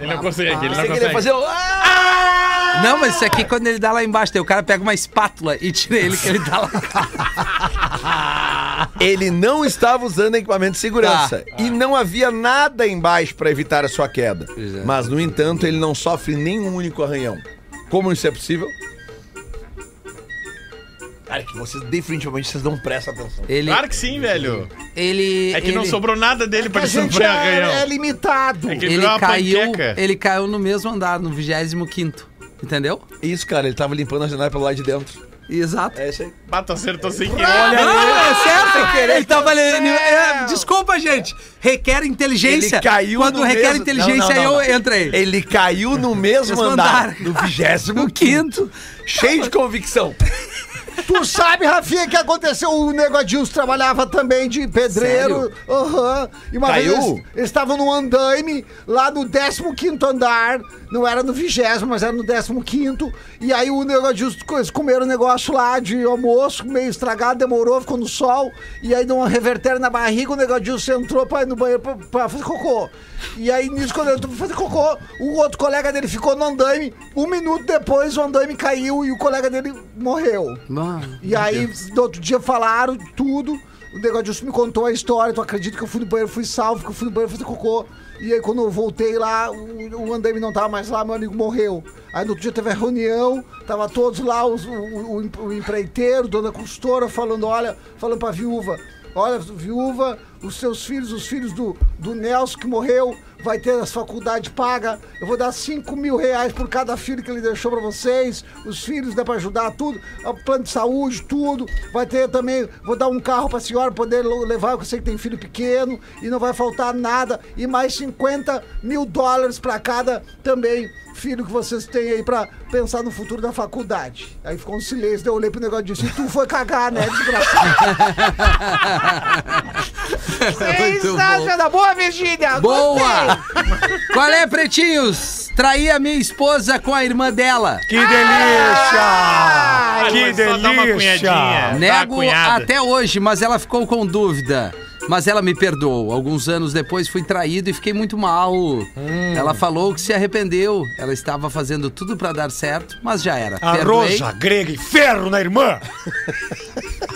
Speaker 6: Ele não consegue, ele não
Speaker 8: Você queria
Speaker 6: consegue.
Speaker 8: fazer o. Ah!
Speaker 5: Não, mas isso aqui quando ele dá lá embaixo, daí o cara pega uma espátula e tira ele que ele dá lá.
Speaker 8: Ele não estava usando equipamento de segurança
Speaker 5: Ah,
Speaker 8: e não havia nada embaixo para evitar a sua queda.
Speaker 5: Exato.
Speaker 8: Mas, no entanto, ele não sofre nenhum único arranhão. Como isso é possível? Cara, que vocês definitivamente vocês não prestam atenção.
Speaker 5: Ele.
Speaker 6: Claro que sim, velho.
Speaker 5: ele
Speaker 6: É que não
Speaker 5: ele-
Speaker 6: sobrou nada dele pra
Speaker 7: a
Speaker 6: ele
Speaker 7: gente
Speaker 6: sofrer
Speaker 7: é, é
Speaker 6: arranhão.
Speaker 7: limitado.
Speaker 6: É que ele,
Speaker 5: Ele
Speaker 6: virou uma
Speaker 5: caiu,
Speaker 6: panqueca.
Speaker 5: ele caiu no mesmo andar, no 25 quinto. Entendeu?
Speaker 8: Isso, cara, ele tava limpando a janela pelo lado de dentro.
Speaker 5: Exato.
Speaker 8: É isso aí.
Speaker 6: Bata acertou sem querer. Olha,
Speaker 5: Ah, é certo, sem querer. Ele tava lendo- é, desculpa, gente. Requer inteligência.
Speaker 8: Ele caiu
Speaker 5: Quando
Speaker 8: no
Speaker 5: requer
Speaker 8: mesmo-
Speaker 5: inteligência,
Speaker 8: Não, não, não,
Speaker 5: eu
Speaker 8: não.
Speaker 5: entro aí.
Speaker 8: Ele caiu no mesmo
Speaker 5: Mesmo
Speaker 8: andar,
Speaker 5: andar.
Speaker 8: do 25
Speaker 5: quinto.
Speaker 8: cheio de convicção.
Speaker 7: Tu sabe, Rafinha, que aconteceu? O Nego Dilson trabalhava também de pedreiro. Aham. E uma
Speaker 8: Caiu?
Speaker 7: vez eles- eles estavam num andaime lá no 15 andar. Não era no vigésimo, mas era no 15. E aí o Nego Dilson, eles comeram um negócio lá de almoço, meio estragado, demorou, ficou no sol. E aí deu uma revertéria na barriga. O Nego Dilson entrou pra ir no banheiro pra, pra fazer cocô. E aí nisso, quando ele entrou pra fazer cocô, o outro colega dele ficou no andaime. Um minuto depois, o andaime caiu e o colega dele morreu. E aí, no outro dia falaram tudo. O negócio disso me contou a história. Tu acredita que eu fui no banheiro, fui salvo, que eu fui no banheiro fazer cocô. E aí, quando eu voltei lá, o, o andaime não tava mais lá, meu amigo morreu. Aí, no outro dia, teve a reunião, tava todos lá, os- o, o, o empreiteiro, dona custora, falando, olha, falando pra viúva, olha, viúva, os seus filhos, os filhos do, do Nelson que morreu, vai ter as faculdades pagas. Eu vou dar 5 mil reais por cada filho que ele deixou pra vocês. Os filhos dá pra ajudar tudo. Ah, Plano de saúde, tudo. Vai ter também, vou dar um carro pra senhora poder lo- levar, porque eu sei que tem filho pequeno. E não vai faltar nada. E mais 50 mil dólares pra cada também filho que vocês têm aí pra pensar no futuro da faculdade. Aí ficou um silêncio, daí eu olhei pro negócio e disse, tu foi cagar, né, desgraçado?
Speaker 5: Muito bom.
Speaker 7: Boa, Virgínia!
Speaker 5: Boa! Qual é, pretinhos? Traí a minha esposa com a irmã dela.
Speaker 2: Que delícia!
Speaker 6: que
Speaker 2: Tá
Speaker 6: delícia.
Speaker 5: Nego até hoje, mas ela ficou com dúvida. Mas ela me perdoou. Alguns anos depois fui traído e fiquei muito mal.
Speaker 8: Hum.
Speaker 5: Ela falou que se arrependeu. Ela estava fazendo tudo pra dar certo, mas já era.
Speaker 2: A
Speaker 5: Perdoei.
Speaker 2: rosa grega e ferro na irmã!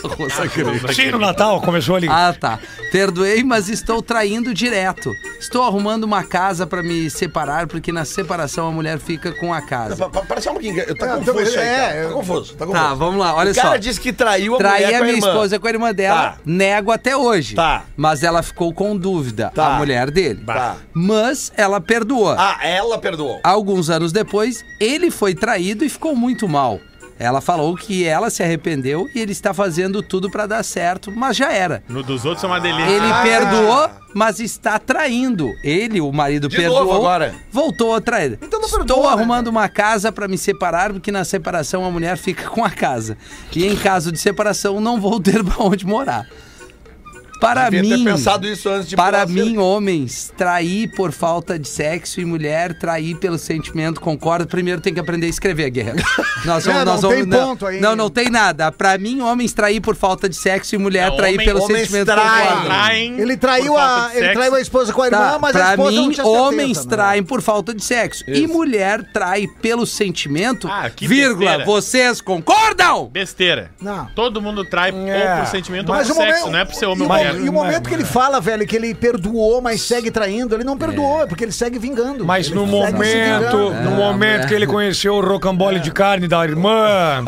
Speaker 5: Rosa grande.
Speaker 2: Sim, no Natal, começou ali.
Speaker 5: Ah, tá. Perdoei, mas estou traindo direto. Estou arrumando uma casa pra me separar, porque na separação a mulher fica com a casa.
Speaker 8: Para só um pouquinho, eu tá
Speaker 7: É,
Speaker 8: confuso
Speaker 7: então,
Speaker 8: isso aí, cara.
Speaker 7: é,
Speaker 8: tá
Speaker 7: eu-
Speaker 8: confuso, tá confuso.
Speaker 5: Tá, vamos lá, olha
Speaker 8: o cara
Speaker 5: só.
Speaker 8: disse que traiu a
Speaker 5: Traí
Speaker 8: mulher
Speaker 5: a
Speaker 8: com a
Speaker 5: minha
Speaker 8: irmã.
Speaker 5: esposa com a irmã dela,
Speaker 8: Tá.
Speaker 5: nego até hoje.
Speaker 8: Tá.
Speaker 5: Mas ela ficou com dúvida,
Speaker 8: Tá.
Speaker 5: a mulher dele.
Speaker 8: Tá.
Speaker 5: Mas ela perdoou.
Speaker 8: Ah, ela perdoou.
Speaker 5: Alguns anos depois, ele foi traído e ficou muito mal. Ela falou que ela se arrependeu e ele está fazendo tudo pra dar certo, mas já era.
Speaker 6: No dos outros é uma delícia.
Speaker 5: Ele
Speaker 8: Ah.
Speaker 5: perdoou, mas está traindo. Ele, o marido,
Speaker 8: De
Speaker 5: perdoou.
Speaker 8: novo agora.
Speaker 5: Voltou a trair.
Speaker 7: Então não
Speaker 5: Estou
Speaker 7: perdoa, né,
Speaker 5: arrumando uma casa para me separar, porque na separação a mulher fica com a casa. E em caso de separação, não vou ter pra onde morar. Para
Speaker 8: Devia ter
Speaker 5: mim.
Speaker 8: pensado isso antes de
Speaker 5: Para
Speaker 8: pular a
Speaker 5: mim,
Speaker 8: cerca.
Speaker 5: homens, trair por falta de sexo e mulher trair pelo sentimento, concordo. Primeiro tem que aprender a escrever, guerreiro. Nós
Speaker 8: É,
Speaker 7: Não,
Speaker 5: nós
Speaker 7: não tem
Speaker 5: não,
Speaker 7: ponto aí.
Speaker 5: Não, não tem nada. Para mim, homens trair por falta de sexo e mulher
Speaker 6: Não,
Speaker 5: trair
Speaker 6: homem-
Speaker 5: pelo
Speaker 8: homens
Speaker 5: sentimento,
Speaker 8: traem.
Speaker 5: concordo.
Speaker 6: Traem
Speaker 7: Ele traiu,
Speaker 6: por falta
Speaker 7: a,
Speaker 6: de
Speaker 7: ele
Speaker 6: sexo.
Speaker 7: traiu a esposa com a irmã,
Speaker 5: Tá,
Speaker 7: mas a
Speaker 5: pra
Speaker 7: esposa não
Speaker 5: mim,
Speaker 7: tinha certeza,
Speaker 5: homens
Speaker 7: né?
Speaker 5: traem por falta de sexo e mulher trai pelo sentimento.
Speaker 6: Ah, que
Speaker 5: vírgula,
Speaker 6: besteira.
Speaker 5: vocês concordam?
Speaker 6: Besteira.
Speaker 7: Não. É.
Speaker 6: Todo mundo trai ou por sentimento
Speaker 7: Mas
Speaker 6: ou
Speaker 7: o
Speaker 6: por sexo,
Speaker 7: momento,
Speaker 6: não é por ser homem
Speaker 7: e,
Speaker 6: ou
Speaker 7: o mo-
Speaker 6: mulher.
Speaker 7: e o momento que ele fala, velho, que ele perdoou, mas segue traindo, ele não perdoou, é porque ele segue vingando.
Speaker 2: Mas
Speaker 7: Ele
Speaker 2: no
Speaker 7: segue se
Speaker 2: momento,
Speaker 7: vingando.
Speaker 5: É.
Speaker 2: no momento que ele conheceu o rocambole de carne da irmã.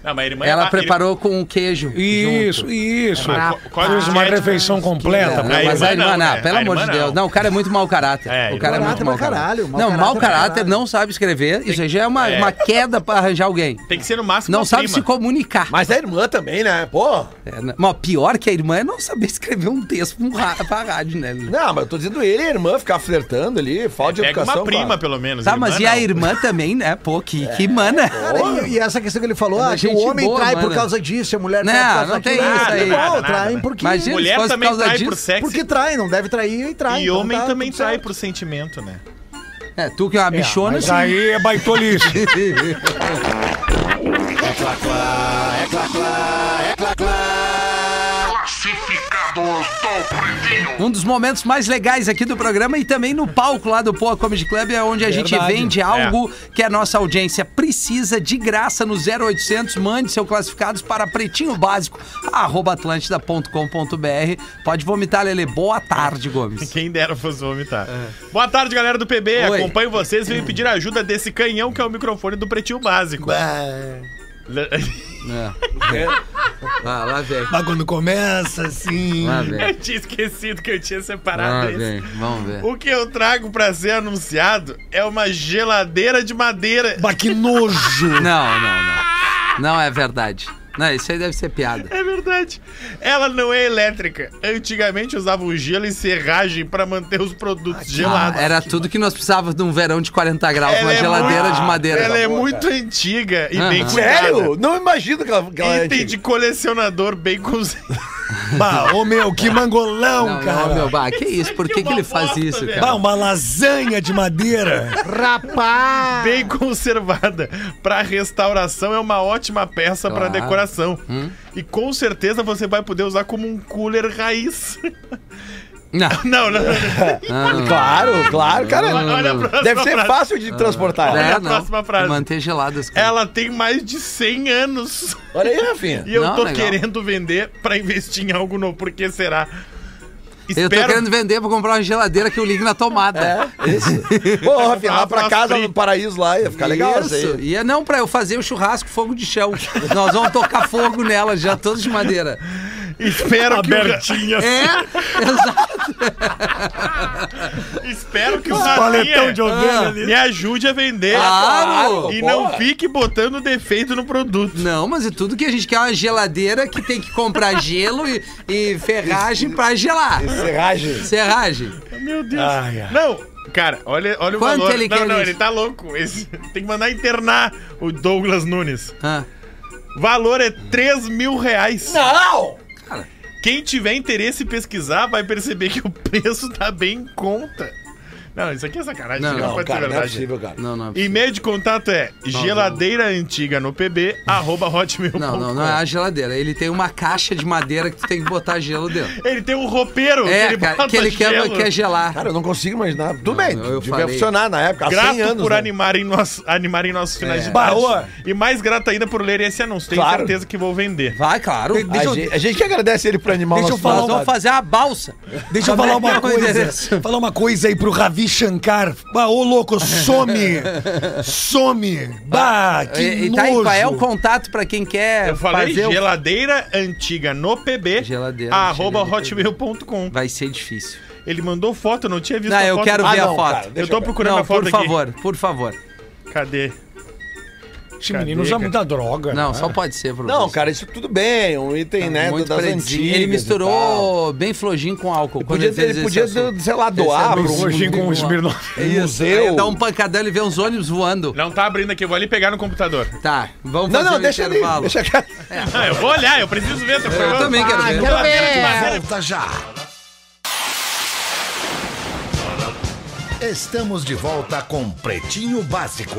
Speaker 6: Não, mas a irmã é
Speaker 5: Ela
Speaker 6: ba-
Speaker 5: preparou com o queijo.
Speaker 2: Isso,
Speaker 5: junto.
Speaker 2: isso.
Speaker 6: Ah, co- co-
Speaker 2: Fiz uma refeição completa.
Speaker 5: Não,
Speaker 6: A
Speaker 5: Tá mas a
Speaker 6: irmã
Speaker 5: irmã,
Speaker 6: não,
Speaker 5: não,
Speaker 6: né?
Speaker 5: pelo
Speaker 6: A
Speaker 5: amor
Speaker 6: irmã
Speaker 5: de Deus.
Speaker 6: não.
Speaker 5: Não, o cara é muito mau caráter.
Speaker 6: É,
Speaker 5: o cara é
Speaker 7: irmã
Speaker 5: muito
Speaker 7: não.
Speaker 5: mau
Speaker 7: Mau caráter,
Speaker 5: caráter.
Speaker 7: mau
Speaker 5: Não,
Speaker 7: caráter
Speaker 5: mau
Speaker 7: pra
Speaker 5: caráter
Speaker 7: caralho.
Speaker 5: não sabe escrever. Isso aí já é uma,
Speaker 6: É.
Speaker 5: uma queda pra arranjar alguém.
Speaker 6: Tem que ser no máximo
Speaker 5: Não
Speaker 6: uma
Speaker 5: sabe
Speaker 6: prima.
Speaker 5: se comunicar.
Speaker 8: Mas a irmã também, né? Pô.
Speaker 5: É, né? Mas pior que a irmã é não saber escrever um texto pra, um ra- pra rádio, né?
Speaker 8: Não, mas eu tô dizendo ele e a irmã ficar flertando ali, falta de
Speaker 6: É, Pega
Speaker 8: educação.
Speaker 6: uma prima,
Speaker 8: cara.
Speaker 6: pelo menos.
Speaker 5: Tá, mas e
Speaker 6: não.
Speaker 5: a irmã também, né? Pô, que, que mana.
Speaker 7: Cara, e, e essa questão que ele falou,
Speaker 5: Quando a
Speaker 7: ah, que o
Speaker 5: É gente
Speaker 7: homem
Speaker 5: boa,
Speaker 7: trai por
Speaker 5: mano.
Speaker 7: causa disso, a mulher
Speaker 5: Não,
Speaker 7: trai por causa
Speaker 5: não tem
Speaker 7: daquilo.
Speaker 6: isso aí.
Speaker 7: Não,
Speaker 6: Nada,
Speaker 7: traem
Speaker 6: nada.
Speaker 7: porque,
Speaker 5: Imagina.
Speaker 6: Mulher
Speaker 5: Fosse por
Speaker 6: também
Speaker 5: causa
Speaker 6: trai
Speaker 5: disso.
Speaker 6: por sexo.
Speaker 7: porque trai, não deve trair e trai.
Speaker 6: E
Speaker 7: então
Speaker 6: homem
Speaker 7: tá
Speaker 6: também
Speaker 7: tudo
Speaker 6: trai
Speaker 7: certo.
Speaker 6: por sentimento, né?
Speaker 5: É, tu que é uma bichona,
Speaker 2: Mas
Speaker 5: sim.
Speaker 2: aí é baitolice.
Speaker 5: Um dos momentos mais legais aqui do programa e também no palco lá do Poa Comedy Club é onde a gente
Speaker 2: Verdade.
Speaker 5: vende algo que a nossa audiência precisa de graça no 0800. Mande seu classificados para pretinho básico, Pode vomitar, Lele. Boa tarde, Gomes.
Speaker 6: Quem dera fosse vomitar.
Speaker 7: É.
Speaker 6: Boa tarde, galera do PB.
Speaker 5: Oi.
Speaker 6: Acompanho vocês e vim pedir ajuda desse canhão que é o microfone do Pretinho Básico. Le-
Speaker 5: Ah, lá vem.
Speaker 2: Mas quando começa assim.
Speaker 5: Lá vem.
Speaker 6: eu tinha esquecido que eu tinha
Speaker 5: Lá
Speaker 6: separado
Speaker 5: vem.
Speaker 6: isso.
Speaker 5: Vamos ver.
Speaker 6: O que eu trago pra ser anunciado é uma geladeira de madeira.
Speaker 2: Bah, que nojo.
Speaker 5: Não, não, não. Não é verdade. Não, isso aí deve ser piada.
Speaker 6: É verdade. Ela não é elétrica. Antigamente usavam gelo e serragem pra manter os produtos gelados.
Speaker 5: Ah, era tudo que nós precisávamos num verão de 40 graus,
Speaker 6: Ela
Speaker 5: uma
Speaker 6: é
Speaker 5: geladeira
Speaker 6: muito-
Speaker 5: de madeira.
Speaker 6: Ela é muito antiga e
Speaker 5: Ah.
Speaker 6: bem cuidada.
Speaker 8: Sério? Não imagino que ela... Que ela
Speaker 6: Item de colecionador bem cozido.
Speaker 2: Bah, Ah, ô meu, que mangolão,
Speaker 5: Não,
Speaker 2: cara.
Speaker 5: não, meu, bah, que isso? Por
Speaker 6: aqui
Speaker 5: que,
Speaker 6: é
Speaker 5: que ele
Speaker 6: uma
Speaker 5: faz
Speaker 6: bosta,
Speaker 5: isso,
Speaker 6: velho.
Speaker 2: Bah,
Speaker 5: cara?
Speaker 2: uma lasanha de madeira.
Speaker 7: Rapaz!
Speaker 6: Bem conservada. Pra restauração é uma ótima peça
Speaker 5: Claro.
Speaker 6: pra
Speaker 5: Hum?
Speaker 6: decoração. E com certeza você vai poder usar como um cooler raiz.
Speaker 5: Não,
Speaker 6: Não, não. não.
Speaker 8: Claro, claro, cara.
Speaker 6: Olha a próxima
Speaker 8: Deve ser
Speaker 6: frase.
Speaker 8: fácil de transportar.
Speaker 5: é,
Speaker 6: a
Speaker 5: não.
Speaker 6: próxima frase.
Speaker 5: Manter geladas. cara.
Speaker 6: Ela tem mais de 100 anos.
Speaker 8: Olha aí, Rafinha.
Speaker 6: E eu
Speaker 5: Não,
Speaker 6: tô
Speaker 5: legal.
Speaker 6: querendo vender pra investir em algo novo. Por que será?
Speaker 5: Eu tô
Speaker 6: Espero-
Speaker 5: querendo vender pra comprar uma geladeira que eu ligue na tomada.
Speaker 8: É, isso. Pô, Rafinha, lá pra casa, no paraíso lá, ia ficar legal isso aí.
Speaker 5: E é não pra eu fazer o churrasco fogo de chão. Nós vamos tocar fogo nela já, todos de madeira.
Speaker 6: Espero que, o...
Speaker 2: Abertinha.
Speaker 5: É, exato.
Speaker 6: Espero que o
Speaker 2: Paletão
Speaker 6: Rafinha Ah,
Speaker 2: de ovelha ali.
Speaker 6: me ajude a vender.
Speaker 5: Ah, Claro.
Speaker 6: E
Speaker 8: Boa.
Speaker 6: não fique botando defeito no produto.
Speaker 5: Não, mas e tudo que a gente quer é uma geladeira que tem que comprar gelo e, e ferragem pra gelar.
Speaker 8: Serragem.
Speaker 5: Serragem.
Speaker 6: Meu Deus.
Speaker 2: Ai, ai.
Speaker 6: Não, cara, olha, olha
Speaker 5: Quanto
Speaker 6: o valor.
Speaker 5: ele
Speaker 6: não,
Speaker 5: quer
Speaker 6: não,
Speaker 5: isso?
Speaker 6: ele tá louco. Esse- tem que mandar internar o Douglas Nunes.
Speaker 5: Ah,
Speaker 6: Valor é 3 mil reais.
Speaker 8: Não!
Speaker 6: Quem tiver interesse em pesquisar vai perceber que o preço tá bem em conta. Não, isso aqui é sacanagem.
Speaker 5: Não,
Speaker 6: isso
Speaker 5: não,
Speaker 6: pode ser
Speaker 8: Cara, não é
Speaker 6: verdade.
Speaker 8: possível, cara.
Speaker 5: não, não. é possível.
Speaker 6: E-mail de contato é geladeira antiga no pb, arroba hotmail.com.
Speaker 5: Não, não, não é a geladeira. Ele tem uma caixa de madeira que tu tem que botar gelo dentro.
Speaker 6: Ele tem um roupeiro
Speaker 5: É, cara, que é ele quer,
Speaker 6: gelo.
Speaker 5: quer gelar.
Speaker 8: Cara, eu não consigo imaginar. Tudo bem,
Speaker 5: não, eu
Speaker 8: devia
Speaker 5: falei.
Speaker 8: funcionar na época, há 100
Speaker 6: Grato
Speaker 8: anos.
Speaker 6: por
Speaker 8: né?
Speaker 6: animarem nós, animarem nossos
Speaker 5: É.
Speaker 6: finais de
Speaker 2: Bah,
Speaker 6: tarde.
Speaker 2: ô.
Speaker 6: E mais grato ainda por ler esse anúncio. Tenho
Speaker 8: Claro.
Speaker 6: certeza que vou vender.
Speaker 5: Vai, claro.
Speaker 2: Tem-
Speaker 8: A
Speaker 2: Deixa eu-
Speaker 8: gente, a gente que agradece ele por animar
Speaker 2: Deixa
Speaker 8: o
Speaker 2: eu
Speaker 8: nosso
Speaker 2: falar
Speaker 5: Nós
Speaker 8: lado.
Speaker 5: vamos fazer a balsa.
Speaker 2: Deixa eu
Speaker 5: Como
Speaker 2: falar
Speaker 5: é que é
Speaker 2: uma
Speaker 5: o endereço?
Speaker 2: coisa. Falar uma coisa aí pro Ravi Shankar. Bah, ô louco, some! Some! Bah, que
Speaker 5: e, e
Speaker 2: nojo.
Speaker 5: tá aí, qual é o contato pra quem quer
Speaker 6: Eu
Speaker 5: É,
Speaker 6: falei
Speaker 5: fazer o-
Speaker 6: geladeira antiga no pb,
Speaker 5: Geladeira
Speaker 6: arroba
Speaker 5: antiga no
Speaker 6: hotmail.com.
Speaker 5: Vai ser difícil.
Speaker 6: Ele mandou foto, eu não tinha visto
Speaker 5: Não,
Speaker 6: a
Speaker 5: eu
Speaker 6: foto.
Speaker 5: quero
Speaker 8: Ah,
Speaker 5: ver a
Speaker 8: não,
Speaker 5: foto.
Speaker 8: cara,
Speaker 6: Eu
Speaker 8: deixa
Speaker 6: tô
Speaker 8: eu ver.
Speaker 6: procurando
Speaker 5: não,
Speaker 6: a foto
Speaker 5: por
Speaker 6: aqui.
Speaker 5: favor, por favor.
Speaker 6: Cadê?
Speaker 2: Esse menino
Speaker 6: Cadê,
Speaker 2: usa
Speaker 6: cara?
Speaker 2: muita droga. Tá?
Speaker 5: Não, só pode ser, professor.
Speaker 8: Não, cara, isso tudo bem, um item, né,
Speaker 5: Tá Muito
Speaker 8: das
Speaker 5: predezinho.
Speaker 8: antigas
Speaker 5: Ele
Speaker 8: e tal.
Speaker 5: misturou bem flojinho com álcool.
Speaker 8: Ele
Speaker 5: quando
Speaker 8: podia,
Speaker 5: fez
Speaker 8: ele
Speaker 5: esse
Speaker 8: podia
Speaker 5: assunto.
Speaker 8: sei lá, doar
Speaker 5: Esse é
Speaker 8: pro
Speaker 5: bom.
Speaker 2: Hoje com o Smirnov.
Speaker 8: museu.
Speaker 5: Aí Dá um pancadão e vê uns ônibus voando.
Speaker 6: Não tá abrindo aqui, eu vou ali pegar no computador.
Speaker 5: Tá, vamos
Speaker 8: Não,
Speaker 5: fazer
Speaker 8: não,
Speaker 5: um
Speaker 8: deixa ele.
Speaker 5: intervalo.
Speaker 8: Deixa cara.
Speaker 6: Ah, eu vou olhar, eu preciso ver. Tô Ah,
Speaker 5: Eu também quero ver.
Speaker 7: quero ver.
Speaker 3: Volta já. Estamos de volta com Pretinho Básico.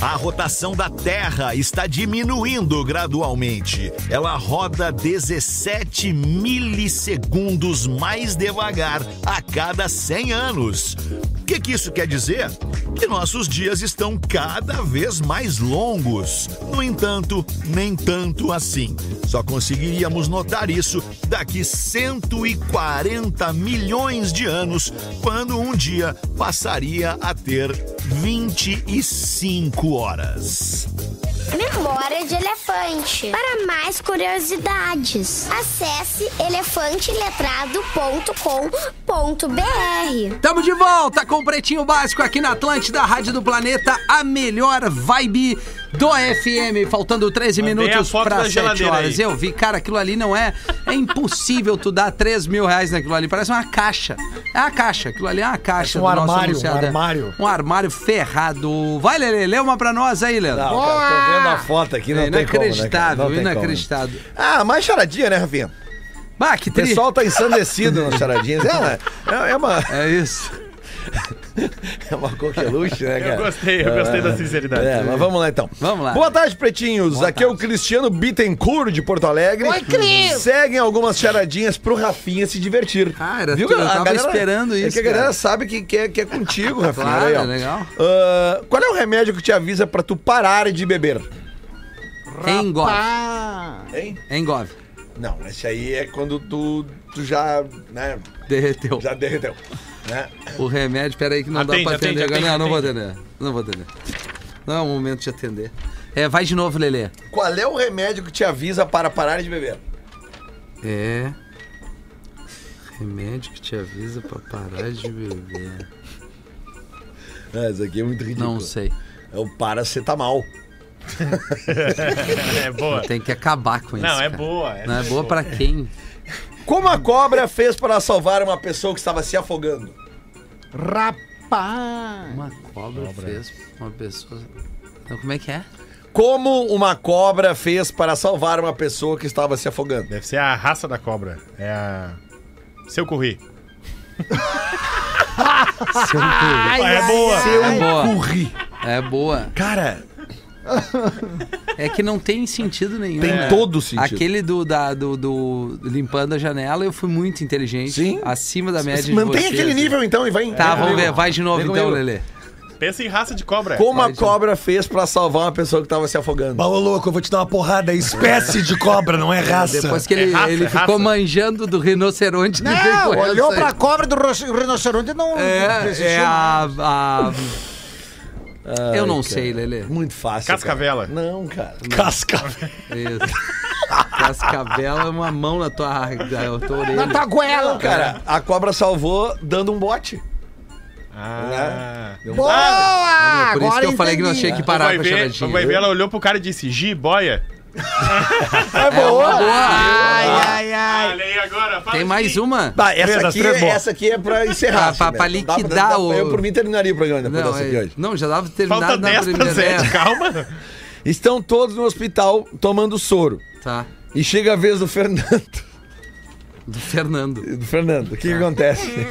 Speaker 9: A rotação da Terra está diminuindo gradualmente. Ela roda 17 milissegundos mais devagar a cada 100 anos. O que, que isso quer dizer? Que nossos dias estão cada vez mais longos. No entanto, nem tanto assim. Só conseguiríamos notar isso daqui 140 milhões de anos, quando um dia passaria a ter 25 horas.
Speaker 10: Memória de elefante. Para mais curiosidades, acesse elefanteletrado.com.br.
Speaker 5: Tamo de volta com o Pretinho Básico aqui na Atlântida, Rádio do Planeta, a melhor vibe do FM. Faltando 13
Speaker 6: Mandei a
Speaker 5: minutos
Speaker 6: foto da
Speaker 5: para 7
Speaker 6: geladeira
Speaker 5: horas.
Speaker 6: aí.
Speaker 5: Eu vi, cara, aquilo ali não é. É impossível tu dar 3 mil reais naquilo ali. Parece uma caixa. É uma caixa. Aquilo ali é uma caixa.
Speaker 2: Parece
Speaker 5: do
Speaker 2: um
Speaker 5: nosso
Speaker 2: armário, um
Speaker 5: anunciado, é.
Speaker 2: armário.
Speaker 5: Um armário ferrado. Vai, Lelê, lê uma pra nós aí, Lelê.
Speaker 8: Não, cara, tô vendo a foto aqui, não
Speaker 5: É
Speaker 8: tem como, né, cara?
Speaker 5: inacreditável,
Speaker 8: Não tem como, né?
Speaker 5: inacreditável.
Speaker 8: Ah, mais charadinha, né, Rafinha?
Speaker 5: Bah, que
Speaker 8: O
Speaker 5: triste.
Speaker 8: pessoal tá ensandecido nas charadinhas. É, é, é uma,
Speaker 5: É isso.
Speaker 8: é uma coqueluche, né, cara?
Speaker 6: Eu gostei, eu gostei da sinceridade.
Speaker 8: É, mas vamos lá então.
Speaker 5: Vamos lá.
Speaker 8: Boa tarde, pretinhos. Aqui é o Cristiano Bittencourt de Porto Alegre.
Speaker 7: Oi, Cris!
Speaker 8: Seguem algumas charadinhas pro Rafinha se divertir.
Speaker 5: Cara, tu- eu tava esperando
Speaker 8: é
Speaker 5: isso,
Speaker 8: que a galera
Speaker 5: cara.
Speaker 8: sabe que, que, é, que é contigo, Rafinha.
Speaker 5: Claro,
Speaker 8: Olha aí, ó.
Speaker 5: legal.
Speaker 8: Ah, qual é o remédio que te avisa pra tu parar de beber?
Speaker 5: Engove.
Speaker 7: Ah,
Speaker 8: Hein?
Speaker 5: Engove.
Speaker 8: Não, esse aí é quando tu, tu já, né,
Speaker 5: Derreteu.
Speaker 8: já derreteu. Né?
Speaker 5: O remédio, peraí que não
Speaker 6: Atende,
Speaker 5: dá pra
Speaker 6: atende,
Speaker 5: atender.
Speaker 6: atende,
Speaker 5: não, não vou
Speaker 6: atende.
Speaker 5: atender. Não vou atender. Não é o momento de atender. É, vai de novo, Lelê.
Speaker 8: Qual é o remédio que te avisa para parar de beber?
Speaker 5: É. Remédio que te avisa pra parar de beber.
Speaker 8: Ah, isso aqui é muito ridículo.
Speaker 5: Não sei.
Speaker 8: É o paracetamol.
Speaker 6: É boa.
Speaker 5: Tem que acabar com isso.
Speaker 6: Não, é
Speaker 5: cara.
Speaker 6: boa.
Speaker 5: Não é boa pra quem?
Speaker 8: Como a cobra fez para salvar uma pessoa que estava se afogando? Ah,
Speaker 7: Rapaz!
Speaker 5: Uma cobra, fez uma pessoa. Então como é que é?
Speaker 8: Como uma cobra fez para salvar uma pessoa que estava se afogando?
Speaker 6: Deve ser a raça da cobra. É a. Seu Curri. é boa.
Speaker 5: É boa. É boa.
Speaker 8: Cara,
Speaker 5: É que não tem sentido nenhum.
Speaker 8: tem
Speaker 5: né?
Speaker 8: todo sentido.
Speaker 5: Aquele do, da, do, do limpando a janela, eu fui muito inteligente.
Speaker 8: Sim.
Speaker 5: Acima da média de
Speaker 8: Mantém
Speaker 5: vocês. né?
Speaker 8: aquele nível então e vai.
Speaker 5: Tá, vamos ver. Vai de novo
Speaker 8: Vem
Speaker 5: então,
Speaker 8: comigo.
Speaker 5: Lelê.
Speaker 6: Pensa em raça de cobra.
Speaker 8: Como
Speaker 5: né?
Speaker 8: a cobra fez para salvar uma pessoa que estava se afogando?
Speaker 2: Paulo louco, eu vou te dar uma porrada. É espécie de cobra, não é raça.
Speaker 5: Depois que ele,
Speaker 6: É raça,
Speaker 5: ele
Speaker 6: é
Speaker 5: ficou
Speaker 6: raça.
Speaker 5: manjando do rinoceronte. ele
Speaker 7: Não,
Speaker 5: veio com
Speaker 7: É, olhou
Speaker 5: essa
Speaker 7: pra
Speaker 5: aí.
Speaker 7: cobra do ro- rinoceronte e não não
Speaker 5: É,
Speaker 7: resistiu,
Speaker 5: é
Speaker 7: né?
Speaker 5: a... a- eu não
Speaker 8: cara.
Speaker 5: sei, Lelê.
Speaker 8: Muito fácil. cara.
Speaker 6: Cascavela.
Speaker 8: Não, cara.
Speaker 2: Casca.
Speaker 5: Isso. Cascavela é uma mão na tua, na tua orelha.
Speaker 7: Na tua Tá goela,
Speaker 5: É,
Speaker 8: Não, cara. A cobra salvou dando um bote. Né?
Speaker 6: Ah.
Speaker 7: Boa!
Speaker 5: Por
Speaker 7: Agora
Speaker 5: isso que eu falei que nós
Speaker 7: entendi.
Speaker 5: tinha que
Speaker 6: Tu
Speaker 5: parar
Speaker 6: vai
Speaker 5: com a
Speaker 6: ver,
Speaker 5: charadinha.
Speaker 6: tu vai ver, ela olhou pro cara e disse, jiboia.
Speaker 8: É boa.
Speaker 7: Ai, ai,
Speaker 5: Ah,
Speaker 7: ai.
Speaker 6: Olha aí agora, fala
Speaker 5: Tem mais um.
Speaker 6: assim.
Speaker 5: uma?
Speaker 8: Tá, essa,
Speaker 2: Três das
Speaker 8: aqui,
Speaker 2: três,
Speaker 8: é-
Speaker 2: boa.
Speaker 8: essa aqui é pra encerrar.
Speaker 5: Pra- pra-
Speaker 8: assim,
Speaker 5: pra
Speaker 8: né? Não dá pra-
Speaker 5: liquidar
Speaker 8: dá pra- Eu
Speaker 5: o-
Speaker 8: por mim terminaria o programa depois
Speaker 5: Não,
Speaker 8: dessa aqui
Speaker 5: é-
Speaker 8: hoje.
Speaker 5: não, já dava terminado
Speaker 6: Falta
Speaker 5: na
Speaker 6: 10 pra
Speaker 5: primeira. É.
Speaker 6: 7, calma.
Speaker 8: Estão todos no hospital tomando soro.
Speaker 5: É, tá.
Speaker 8: E chega a vez do Fernando.
Speaker 5: Do Fernando.
Speaker 8: Do Fernando, o que, que
Speaker 6: Ah.
Speaker 8: acontece?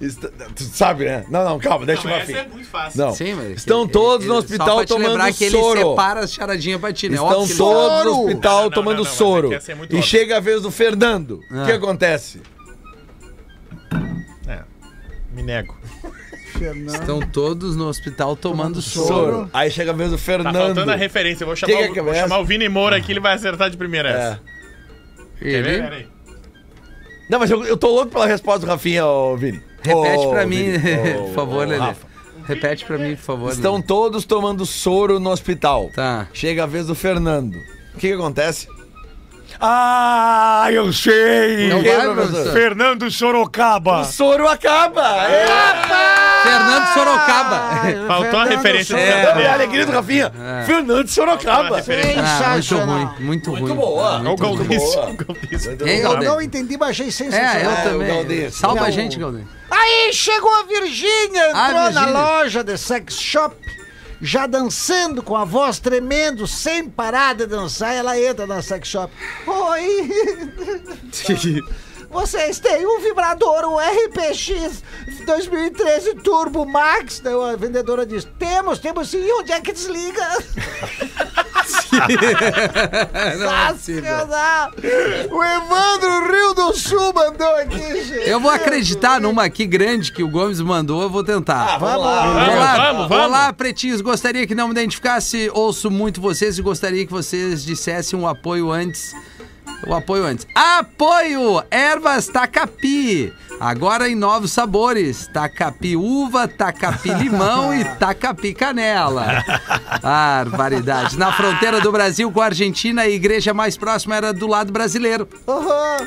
Speaker 8: Está- Tu sabe, né? Não, não, calma, deixa eu ver.
Speaker 6: é muito fácil.
Speaker 8: Não.
Speaker 5: Sim, mas. é
Speaker 8: Estão
Speaker 5: ele-
Speaker 8: todos no
Speaker 5: ele- só pra
Speaker 8: hospital
Speaker 5: te lembrar
Speaker 8: tomando
Speaker 5: que ele
Speaker 8: soro.
Speaker 5: separa as charadinhas pra ti, né?
Speaker 8: Estão
Speaker 5: que ele-
Speaker 8: todos no
Speaker 7: Soro!
Speaker 8: hospital
Speaker 6: Não, não, não,
Speaker 8: tomando
Speaker 6: não, mas é
Speaker 8: soro.
Speaker 6: que essa é muito
Speaker 8: e
Speaker 6: óbvia.
Speaker 8: chega a vez do Fernando. O
Speaker 5: Ah.
Speaker 8: que acontece?
Speaker 6: É. Me nego.
Speaker 5: Estão todos no hospital tomando soro.
Speaker 8: Soro. Aí chega a vez do
Speaker 6: Tá
Speaker 8: Fernando.
Speaker 6: faltando a referência. eu Vou chamar,
Speaker 8: Quem é
Speaker 6: o,
Speaker 8: que
Speaker 6: vou
Speaker 8: começa?
Speaker 6: chamar o Vini Moura aqui, ele vai acertar de primeira
Speaker 8: É.
Speaker 6: essa. Quer ver?
Speaker 5: Ele?
Speaker 6: Pera aí.
Speaker 8: Não, mas eu, eu tô louco pela resposta do Rafinha, ô, Vini.
Speaker 5: Repete
Speaker 8: Ô,
Speaker 5: pra mim,
Speaker 8: Vini. Ô,
Speaker 5: por favor,
Speaker 8: ô,
Speaker 5: Lelê.
Speaker 8: Oh, Rafa.
Speaker 5: Repete pra mim, por favor.
Speaker 8: Estão
Speaker 5: Lelê.
Speaker 8: todos tomando soro no hospital.
Speaker 5: Tá.
Speaker 8: Chega a vez do Fernando. O que, que acontece?
Speaker 2: Ah, eu sei.
Speaker 5: Não
Speaker 8: quê,
Speaker 5: vai,
Speaker 8: professor?
Speaker 5: professor?
Speaker 2: Fernando Sorocaba.
Speaker 8: Soro acaba! É.
Speaker 5: Fernando
Speaker 8: Ah,
Speaker 5: Sorocaba. Ah,
Speaker 6: Faltou a referência do
Speaker 5: É.
Speaker 8: Não, é a
Speaker 6: Santander.
Speaker 8: alegria do Rafinha. Fernando
Speaker 6: Faltou a
Speaker 8: Sorocaba.
Speaker 6: referência.
Speaker 5: Ah, muito
Speaker 7: Sensacional.
Speaker 5: ruim, muito ruim.
Speaker 8: Muito boa.
Speaker 5: Ah,
Speaker 6: Olha É o
Speaker 5: muito ruim.
Speaker 6: Galdês.
Speaker 8: boa.
Speaker 6: o Galdês.
Speaker 5: Hein,
Speaker 7: Eu não
Speaker 5: Galdês?
Speaker 7: entendi, mas achei sensacional.
Speaker 5: É, eu
Speaker 8: Ah, o
Speaker 5: também.
Speaker 8: Galdês.
Speaker 5: Salva
Speaker 7: Não.
Speaker 5: a gente, Galdês.
Speaker 7: Aí chegou a Virgínia, entrou
Speaker 5: Ah,
Speaker 7: na
Speaker 5: Virgínia.
Speaker 7: loja de sex shop, já dançando com a voz tremendo, sem parar de dançar, ela entra na sex shop. Oi! Vocês têm um vibrador, um RPX 2013 Turbo Max? Daí a vendedora diz: Temos, temos sim, E onde é que desliga? Sensacional! o Evandro Rio do Sul mandou aqui, gente.
Speaker 5: Eu vou acreditar numa aqui grande que o Gomes mandou, eu vou tentar.
Speaker 8: Vamos lá.
Speaker 6: Ah, Vamos, vamos, vamos.
Speaker 5: Olá, pretinhos. Gostaria que não me identificasse. Ouço muito vocês e gostaria que vocês dissessem um apoio antes. O apoio antes. Apoio! Ervas Tacapi. Agora em novos sabores. Tacapi uva, tacapi limão e tacapi canela. Barbaridade. Na fronteira do Brasil com a Argentina, a igreja mais próxima era do lado brasileiro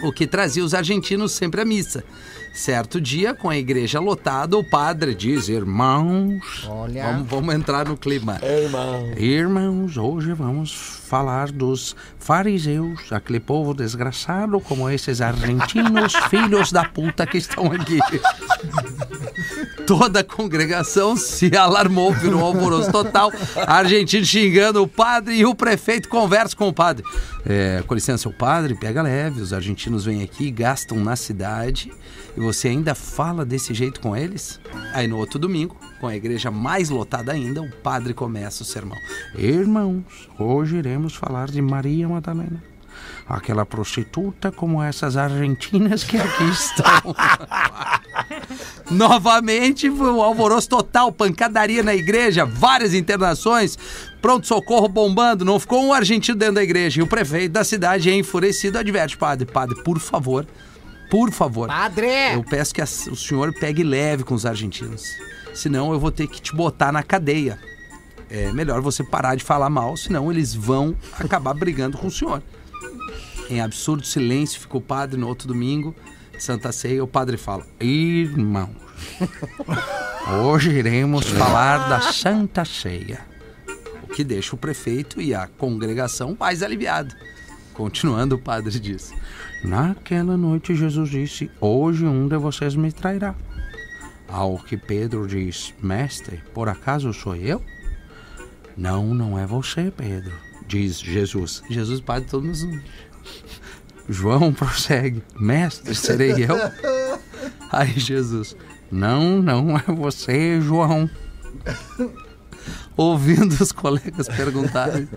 Speaker 5: o que trazia os argentinos sempre à missa. Certo dia, com a igreja lotada, o padre diz: Irmãos, vamos, vamos entrar no clima. Irmãos. hoje vamos falar dos fariseus, aquele povo desgraçado, como esses argentinos, filhos da puta que estão aqui. Toda a congregação se alarmou, virou um alvoroço total. Argentino xingando o padre e o prefeito conversa com o padre. É, com licença, o padre pega leve, os argentinos vêm aqui, gastam na cidade e você ainda fala desse jeito com eles? Aí no outro domingo, com a igreja mais lotada ainda, o padre começa o sermão. Irmãos, hoje iremos falar de Maria Madalena. Aquela prostituta como essas argentinas que aqui estão. Novamente, foi um alvoroço total, pancadaria na igreja, várias internações, pronto-socorro bombando, não ficou um argentino dentro da igreja. E o prefeito da cidade, é enfurecido, adverte o padre: Padre, por favor, por favor,
Speaker 7: Padre!
Speaker 5: eu peço que a- o senhor pegue leve com os argentinos, senão eu vou ter que te botar na cadeia. É melhor você parar de falar mal, senão eles vão acabar brigando com o senhor. Em absurdo silêncio ficou o padre no outro domingo, Santa Ceia, o padre fala: Irmãos, Hoje iremos falar da Santa Ceia, o que deixa o prefeito e a congregação mais aliviado. Continuando, o padre diz: Naquela noite Jesus disse: Hoje um de vocês me trairá. Ao que Pedro diz: Mestre, por acaso sou eu? Não, não é você, Pedro, diz Jesus. Jesus, padre, todo mundo. João prossegue: Mestre, serei eu? Aí Jesus: Não, não é você, João. Ouvindo os colegas perguntarem,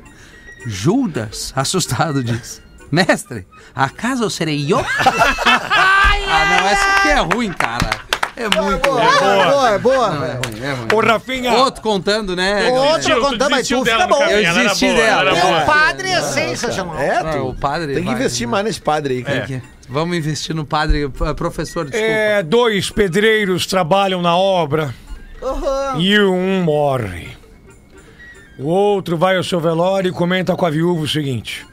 Speaker 5: Judas, assustado, diz: Mestre, acaso serei eu? ah, não, essa aqui é ruim, cara. É
Speaker 6: Tá
Speaker 5: muito ruim.
Speaker 7: boa, é boa.
Speaker 5: Não, é
Speaker 7: velho.
Speaker 5: ruim, é ruim.
Speaker 2: Ô, Rafinha!
Speaker 5: Outro contando, né?
Speaker 6: Desistiu,
Speaker 7: Outra
Speaker 6: tu
Speaker 7: contando, mas
Speaker 6: desistiu
Speaker 7: tu fica
Speaker 6: dela no
Speaker 7: tá bom.
Speaker 6: caminho,
Speaker 5: Eu
Speaker 6: ela era
Speaker 5: desisti
Speaker 6: boa,
Speaker 5: dela.
Speaker 6: ela era
Speaker 5: Eu
Speaker 6: boa.
Speaker 7: O padre é sensacional.
Speaker 8: É,
Speaker 5: Ah,
Speaker 8: tu-
Speaker 5: o padre
Speaker 8: tem que
Speaker 5: vai,
Speaker 8: investir
Speaker 5: né?
Speaker 8: mais nesse padre aí, cara.
Speaker 5: Tem que- Vamos investir no padre. P- Professor, desculpa.
Speaker 2: É, dois pedreiros trabalham na obra e um morre. O outro vai ao seu velório e comenta com a viúva o seguinte: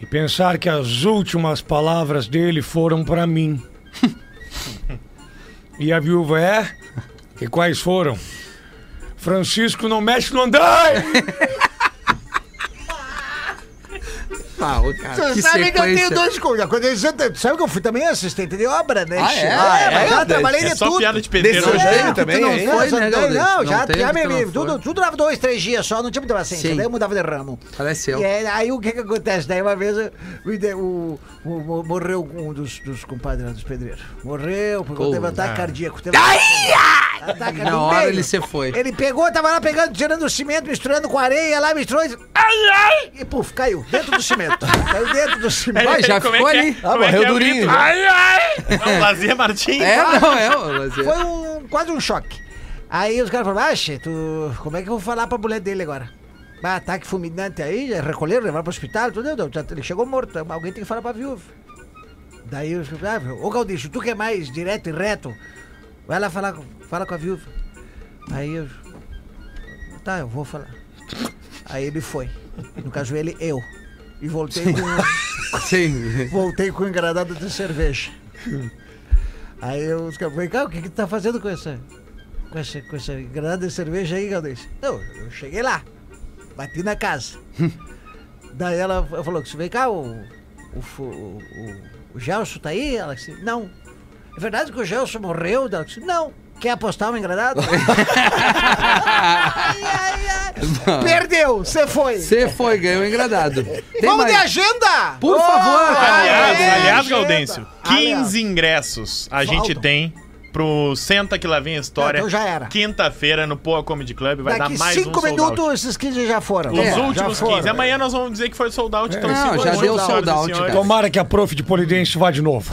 Speaker 2: E pensar que as últimas palavras dele foram pra mim. e a viúva é? E quais foram? Francisco não mexe no andar!
Speaker 5: Ah, ô, cara,
Speaker 7: Você
Speaker 5: que
Speaker 7: sabe que eu tenho
Speaker 5: sequência.
Speaker 7: dois coisas. Quando eles andam- Sabe que é eu fui também assistente de obra, né?
Speaker 5: Ah, é?
Speaker 7: Ah, mas
Speaker 8: É,
Speaker 7: eu trabalhei
Speaker 6: É
Speaker 7: de
Speaker 6: só
Speaker 7: tudo.
Speaker 6: piada de pedreiro
Speaker 8: Desse
Speaker 6: hoje.
Speaker 8: jeito.
Speaker 6: né?
Speaker 8: Tem também,
Speaker 5: tu não
Speaker 8: hein?
Speaker 5: foi,
Speaker 7: Essa
Speaker 5: né,
Speaker 7: daí,
Speaker 5: Galdês?
Speaker 7: não, já,
Speaker 5: teve,
Speaker 7: já me
Speaker 5: tu não
Speaker 7: livre.
Speaker 5: foi.
Speaker 7: Tudo, tudo durava dois, três dias só, não tinha muita paciência.
Speaker 5: Sim.
Speaker 7: Daí eu mudava de ramo.
Speaker 5: Parece eu.
Speaker 7: E aí, aí o que que acontece? Daí uma vez eu- me de- o, o- o- morreu um dos, dos compadres lá dos pedreiros. Morreu, porque
Speaker 5: Pô,
Speaker 7: teve um ataque cardíaco. Teve ataque cardíaco.
Speaker 5: Na
Speaker 7: no
Speaker 5: hora
Speaker 7: meio.
Speaker 5: ele se foi.
Speaker 7: é um Ele pegou, tava lá pegando, tirando o cimento, misturando com areia lá, misturou e... Ai, ai! E puf, caiu dentro do cimento. caiu dentro do cimento.
Speaker 5: Vai, já
Speaker 6: Como é
Speaker 5: ficou
Speaker 6: que é?
Speaker 5: ali.
Speaker 8: Ah,
Speaker 6: Como é
Speaker 8: morreu
Speaker 6: que é o
Speaker 8: durinho.
Speaker 6: grito? Ai, ai! Não, Lazer Martins.
Speaker 5: É, não, é, ô, Lazer.
Speaker 7: Foi um, quase um choque. Aí os caras falaram, ah, che, tu, como é que eu vou falar pra mulher dele agora? Ah, ataque fulminante aí, já recolheram, levaram pro hospital, tudo, tudo, tudo, ele chegou morto, alguém tem que falar pra viúva. Daí os caras, ah, ô Galdeixo, tu que é mais direto e reto, vai lá falar, com- fala com a viúva. Aí eu, tá, eu vou falar. Aí ele foi, no caso ele, eu. E voltei com...
Speaker 5: Sim.
Speaker 7: Voltei com engradado de cerveja. Aí os caras falaram, cara, o que que tu tá fazendo com essa, com essa, com essa engradada de cerveja aí, Galdês? Não, eu cheguei lá, bati na casa. Daí ela fa- falou, vem cá, o, o, fu- o, o, o Gelson tá aí? Ela disse, não. É verdade que o Gelson morreu? Ela disse, não. Quer apostar uma engradada? ai, ai, ai. Perdeu, você foi.
Speaker 5: Você foi, ganhou engradado. Tem
Speaker 7: Vamos
Speaker 5: mais?
Speaker 7: de agenda!
Speaker 5: Por favor,
Speaker 6: Aliás,
Speaker 7: é,
Speaker 6: aliás,
Speaker 7: chega.
Speaker 6: Gaudêncio,
Speaker 7: Aliás.
Speaker 6: 15 ingressos a gente
Speaker 7: Faltam.
Speaker 6: tem pro Senta Que Lá Vem a História.
Speaker 7: Então já era.
Speaker 6: Quinta-feira no Poa Comedy Club. Vai
Speaker 7: Daqui
Speaker 6: dar mais
Speaker 7: cinco
Speaker 6: um sold out.
Speaker 7: minutos, esses 15 já foram.
Speaker 6: Os
Speaker 7: É, já
Speaker 6: últimos
Speaker 7: foram.
Speaker 6: 15. Amanhã nós vamos dizer que foi sold out. Então,
Speaker 5: Não,
Speaker 6: cinco
Speaker 5: já deu
Speaker 6: minutos, senhoras
Speaker 5: sold
Speaker 6: e
Speaker 5: out, cara.
Speaker 6: senhores.
Speaker 2: Tomara que a prof de Polidense vá de novo.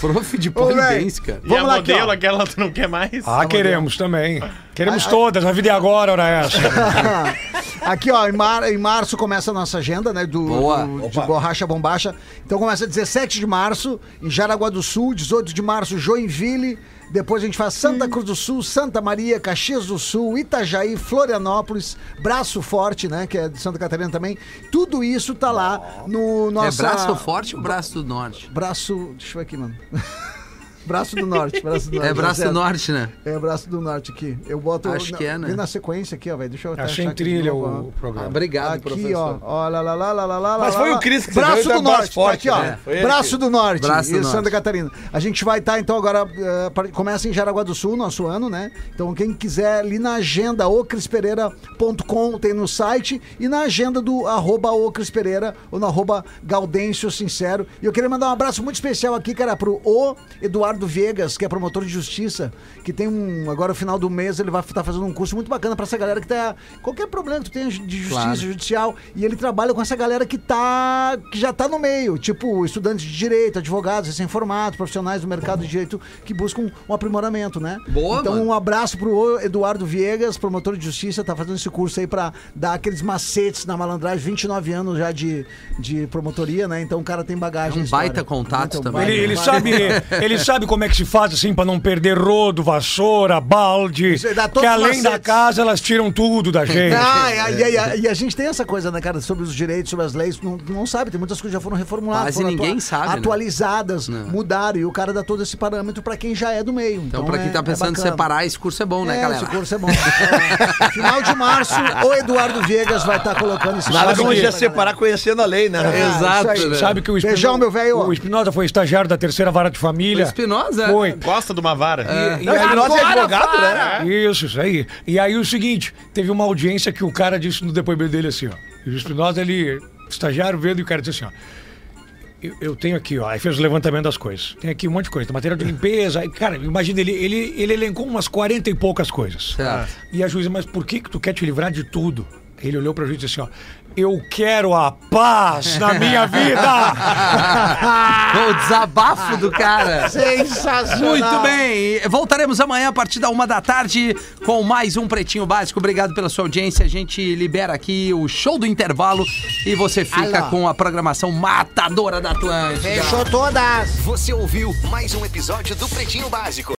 Speaker 5: prof de
Speaker 7: Ô, velho.
Speaker 5: polidense, cara.
Speaker 6: é E
Speaker 7: Vamos
Speaker 6: a
Speaker 7: lá aqui,
Speaker 6: modelo,
Speaker 7: ó.
Speaker 6: aquela tu não quer mais?
Speaker 2: Ah, queremos também. Queremos todas. A vida é agora, hora essa.
Speaker 7: Aqui, ó, em, mar- em março começa a nossa agenda, né? Do,
Speaker 5: Boa.
Speaker 7: do- de Borracha Bombacha. Então começa 17 de março, em Jaraguá do Sul, 18 de março, Joinville. Depois a gente faz Santa Cruz do Sul, Santa Maria, Caxias do Sul, Itajaí, Florianópolis, Braço Forte, né? Que é de Santa Catarina também. Tudo isso tá lá no nosso.
Speaker 5: É braço forte ou braço do norte?
Speaker 7: Braço. Deixa eu ver aqui, mano. braço do Norte, Braço do Norte.
Speaker 5: É braço do
Speaker 7: certo.
Speaker 5: norte, né?
Speaker 7: É braço do norte aqui. Eu boto.
Speaker 5: Acho
Speaker 7: na,
Speaker 5: que é, né?
Speaker 7: vem na sequência aqui, ó, velho. Deixa eu até
Speaker 2: Achei
Speaker 7: achar
Speaker 2: em
Speaker 7: aqui de
Speaker 2: Assim trilha
Speaker 7: novo,
Speaker 2: o
Speaker 7: ó.
Speaker 2: programa.
Speaker 5: Obrigado,
Speaker 7: aqui,
Speaker 5: professor.
Speaker 7: ó. Ó, lá, lá, lá, lá, lá, lá,
Speaker 8: Mas
Speaker 7: lá,
Speaker 8: foi
Speaker 7: lá.
Speaker 8: o Cris que
Speaker 7: Braço
Speaker 8: escreveu, então
Speaker 7: do
Speaker 8: é
Speaker 7: Norte.
Speaker 8: braço forte,
Speaker 7: tá aqui, ó.
Speaker 8: né? Foi ele
Speaker 7: Braço
Speaker 8: que-
Speaker 7: do Norte.
Speaker 5: Braço
Speaker 7: e
Speaker 5: do
Speaker 7: Santa
Speaker 5: Norte.
Speaker 7: Catarina. A gente vai estar, então, agora. eh, pra- começa em Jaraguá do Sul, nosso ano, né? Então, quem quiser ali na agenda, ocrispereira.com, tem no site. E na agenda do arroba ocrispereira ou no arroba Gaudêncio Sincero. E eu queria mandar um abraço muito especial aqui, cara, pro O Eduardo Vegas, que é promotor de justiça, que tem um. Agora, no final do mês, ele vai estar fazendo um curso muito bacana pra essa galera que tá. Qualquer problema que tu tenha de justiça,
Speaker 5: Claro.
Speaker 7: judicial e ele trabalha com essa galera que tá que já tá no meio, tipo estudantes de direito, advogados, recém-formados, profissionais do mercado de direito que buscam um aprimoramento, né?
Speaker 5: Boa,
Speaker 7: então
Speaker 5: mano.
Speaker 7: um abraço pro Eduardo Viegas, promotor de justiça, tá fazendo esse curso aí pra dar aqueles macetes na malandragem, 29 anos já de, de promotoria, né? Então o cara tem bagagem.
Speaker 5: É um
Speaker 7: história.
Speaker 5: baita contato também,
Speaker 2: Ele,
Speaker 7: baita,
Speaker 2: ele
Speaker 7: baita.
Speaker 2: sabe, ele sabe sabe como é que se faz assim pra não perder rodo, vassoura, balde?
Speaker 7: Isso aí dá todos
Speaker 2: Que
Speaker 7: os
Speaker 2: além da
Speaker 7: macetes.
Speaker 2: casa elas tiram tudo da gente.
Speaker 7: Ah,
Speaker 5: É.
Speaker 7: e, a- e a- e a- e a gente tem essa coisa, né, cara, sobre os direitos, sobre as leis, não, não sabe, tem muitas coisas que já foram reformuladas.
Speaker 5: Quase
Speaker 7: foram
Speaker 5: ninguém sabe, né?
Speaker 7: Atualizadas,
Speaker 5: Não.
Speaker 7: mudaram, e o cara dá todo esse parâmetro pra quem já é do meio.
Speaker 5: Então, pra quem
Speaker 7: é-
Speaker 5: tá
Speaker 7: é
Speaker 5: pensando em
Speaker 7: bacana.
Speaker 5: separar, esse curso é bom, né,
Speaker 7: é,
Speaker 5: galera?
Speaker 7: Esse curso é bom. É. Final de março, o Eduardo Viegas vai estar colocando esse
Speaker 8: Nada
Speaker 7: curso
Speaker 8: como
Speaker 7: aí
Speaker 8: a gente
Speaker 7: pra
Speaker 8: separar conhecendo a lei, né?
Speaker 7: galera. Ah,
Speaker 5: Exato,
Speaker 7: isso aí.
Speaker 5: né?
Speaker 2: Sabe que o Espinosa,
Speaker 7: Beijão, meu velho.
Speaker 2: o Espinosa foi estagiário da terceira vara de família.
Speaker 5: O Espinosa?
Speaker 2: Foi.
Speaker 6: Gosta de uma vara?
Speaker 8: Não, ele não é advogado, né?
Speaker 2: Isso, isso aí. E aí o seguinte, teve uma audiência que o cara disse no depoimento dele assim, ó. E O Espinosa, ele, estagiário, vendo e o cara disse assim, ó. Eu, eu tenho aqui, ó, aí fez o levantamento das coisas. Tem aqui um monte de coisa, tem material de limpeza. aí, cara, imagina, ele, ele, ele elencou umas 40 e poucas coisas.
Speaker 5: Certo.
Speaker 2: E a juíza, mas por que que tu quer te livrar de tudo? Ele olhou pra juíza e disse assim, ó, eu quero a paz na minha vida!
Speaker 5: Pô, o desabafo do cara.
Speaker 7: Sensacional.
Speaker 5: Muito bem, voltaremos amanhã a partir da uma da tarde com mais um Pretinho Básico. Obrigado pela sua audiência. A gente libera aqui o show do intervalo e você fica
Speaker 7: Alô.
Speaker 5: com a programação matadora da Atlântida.
Speaker 8: É,
Speaker 7: Fechou todas.
Speaker 1: Você ouviu mais um episódio do Pretinho Básico.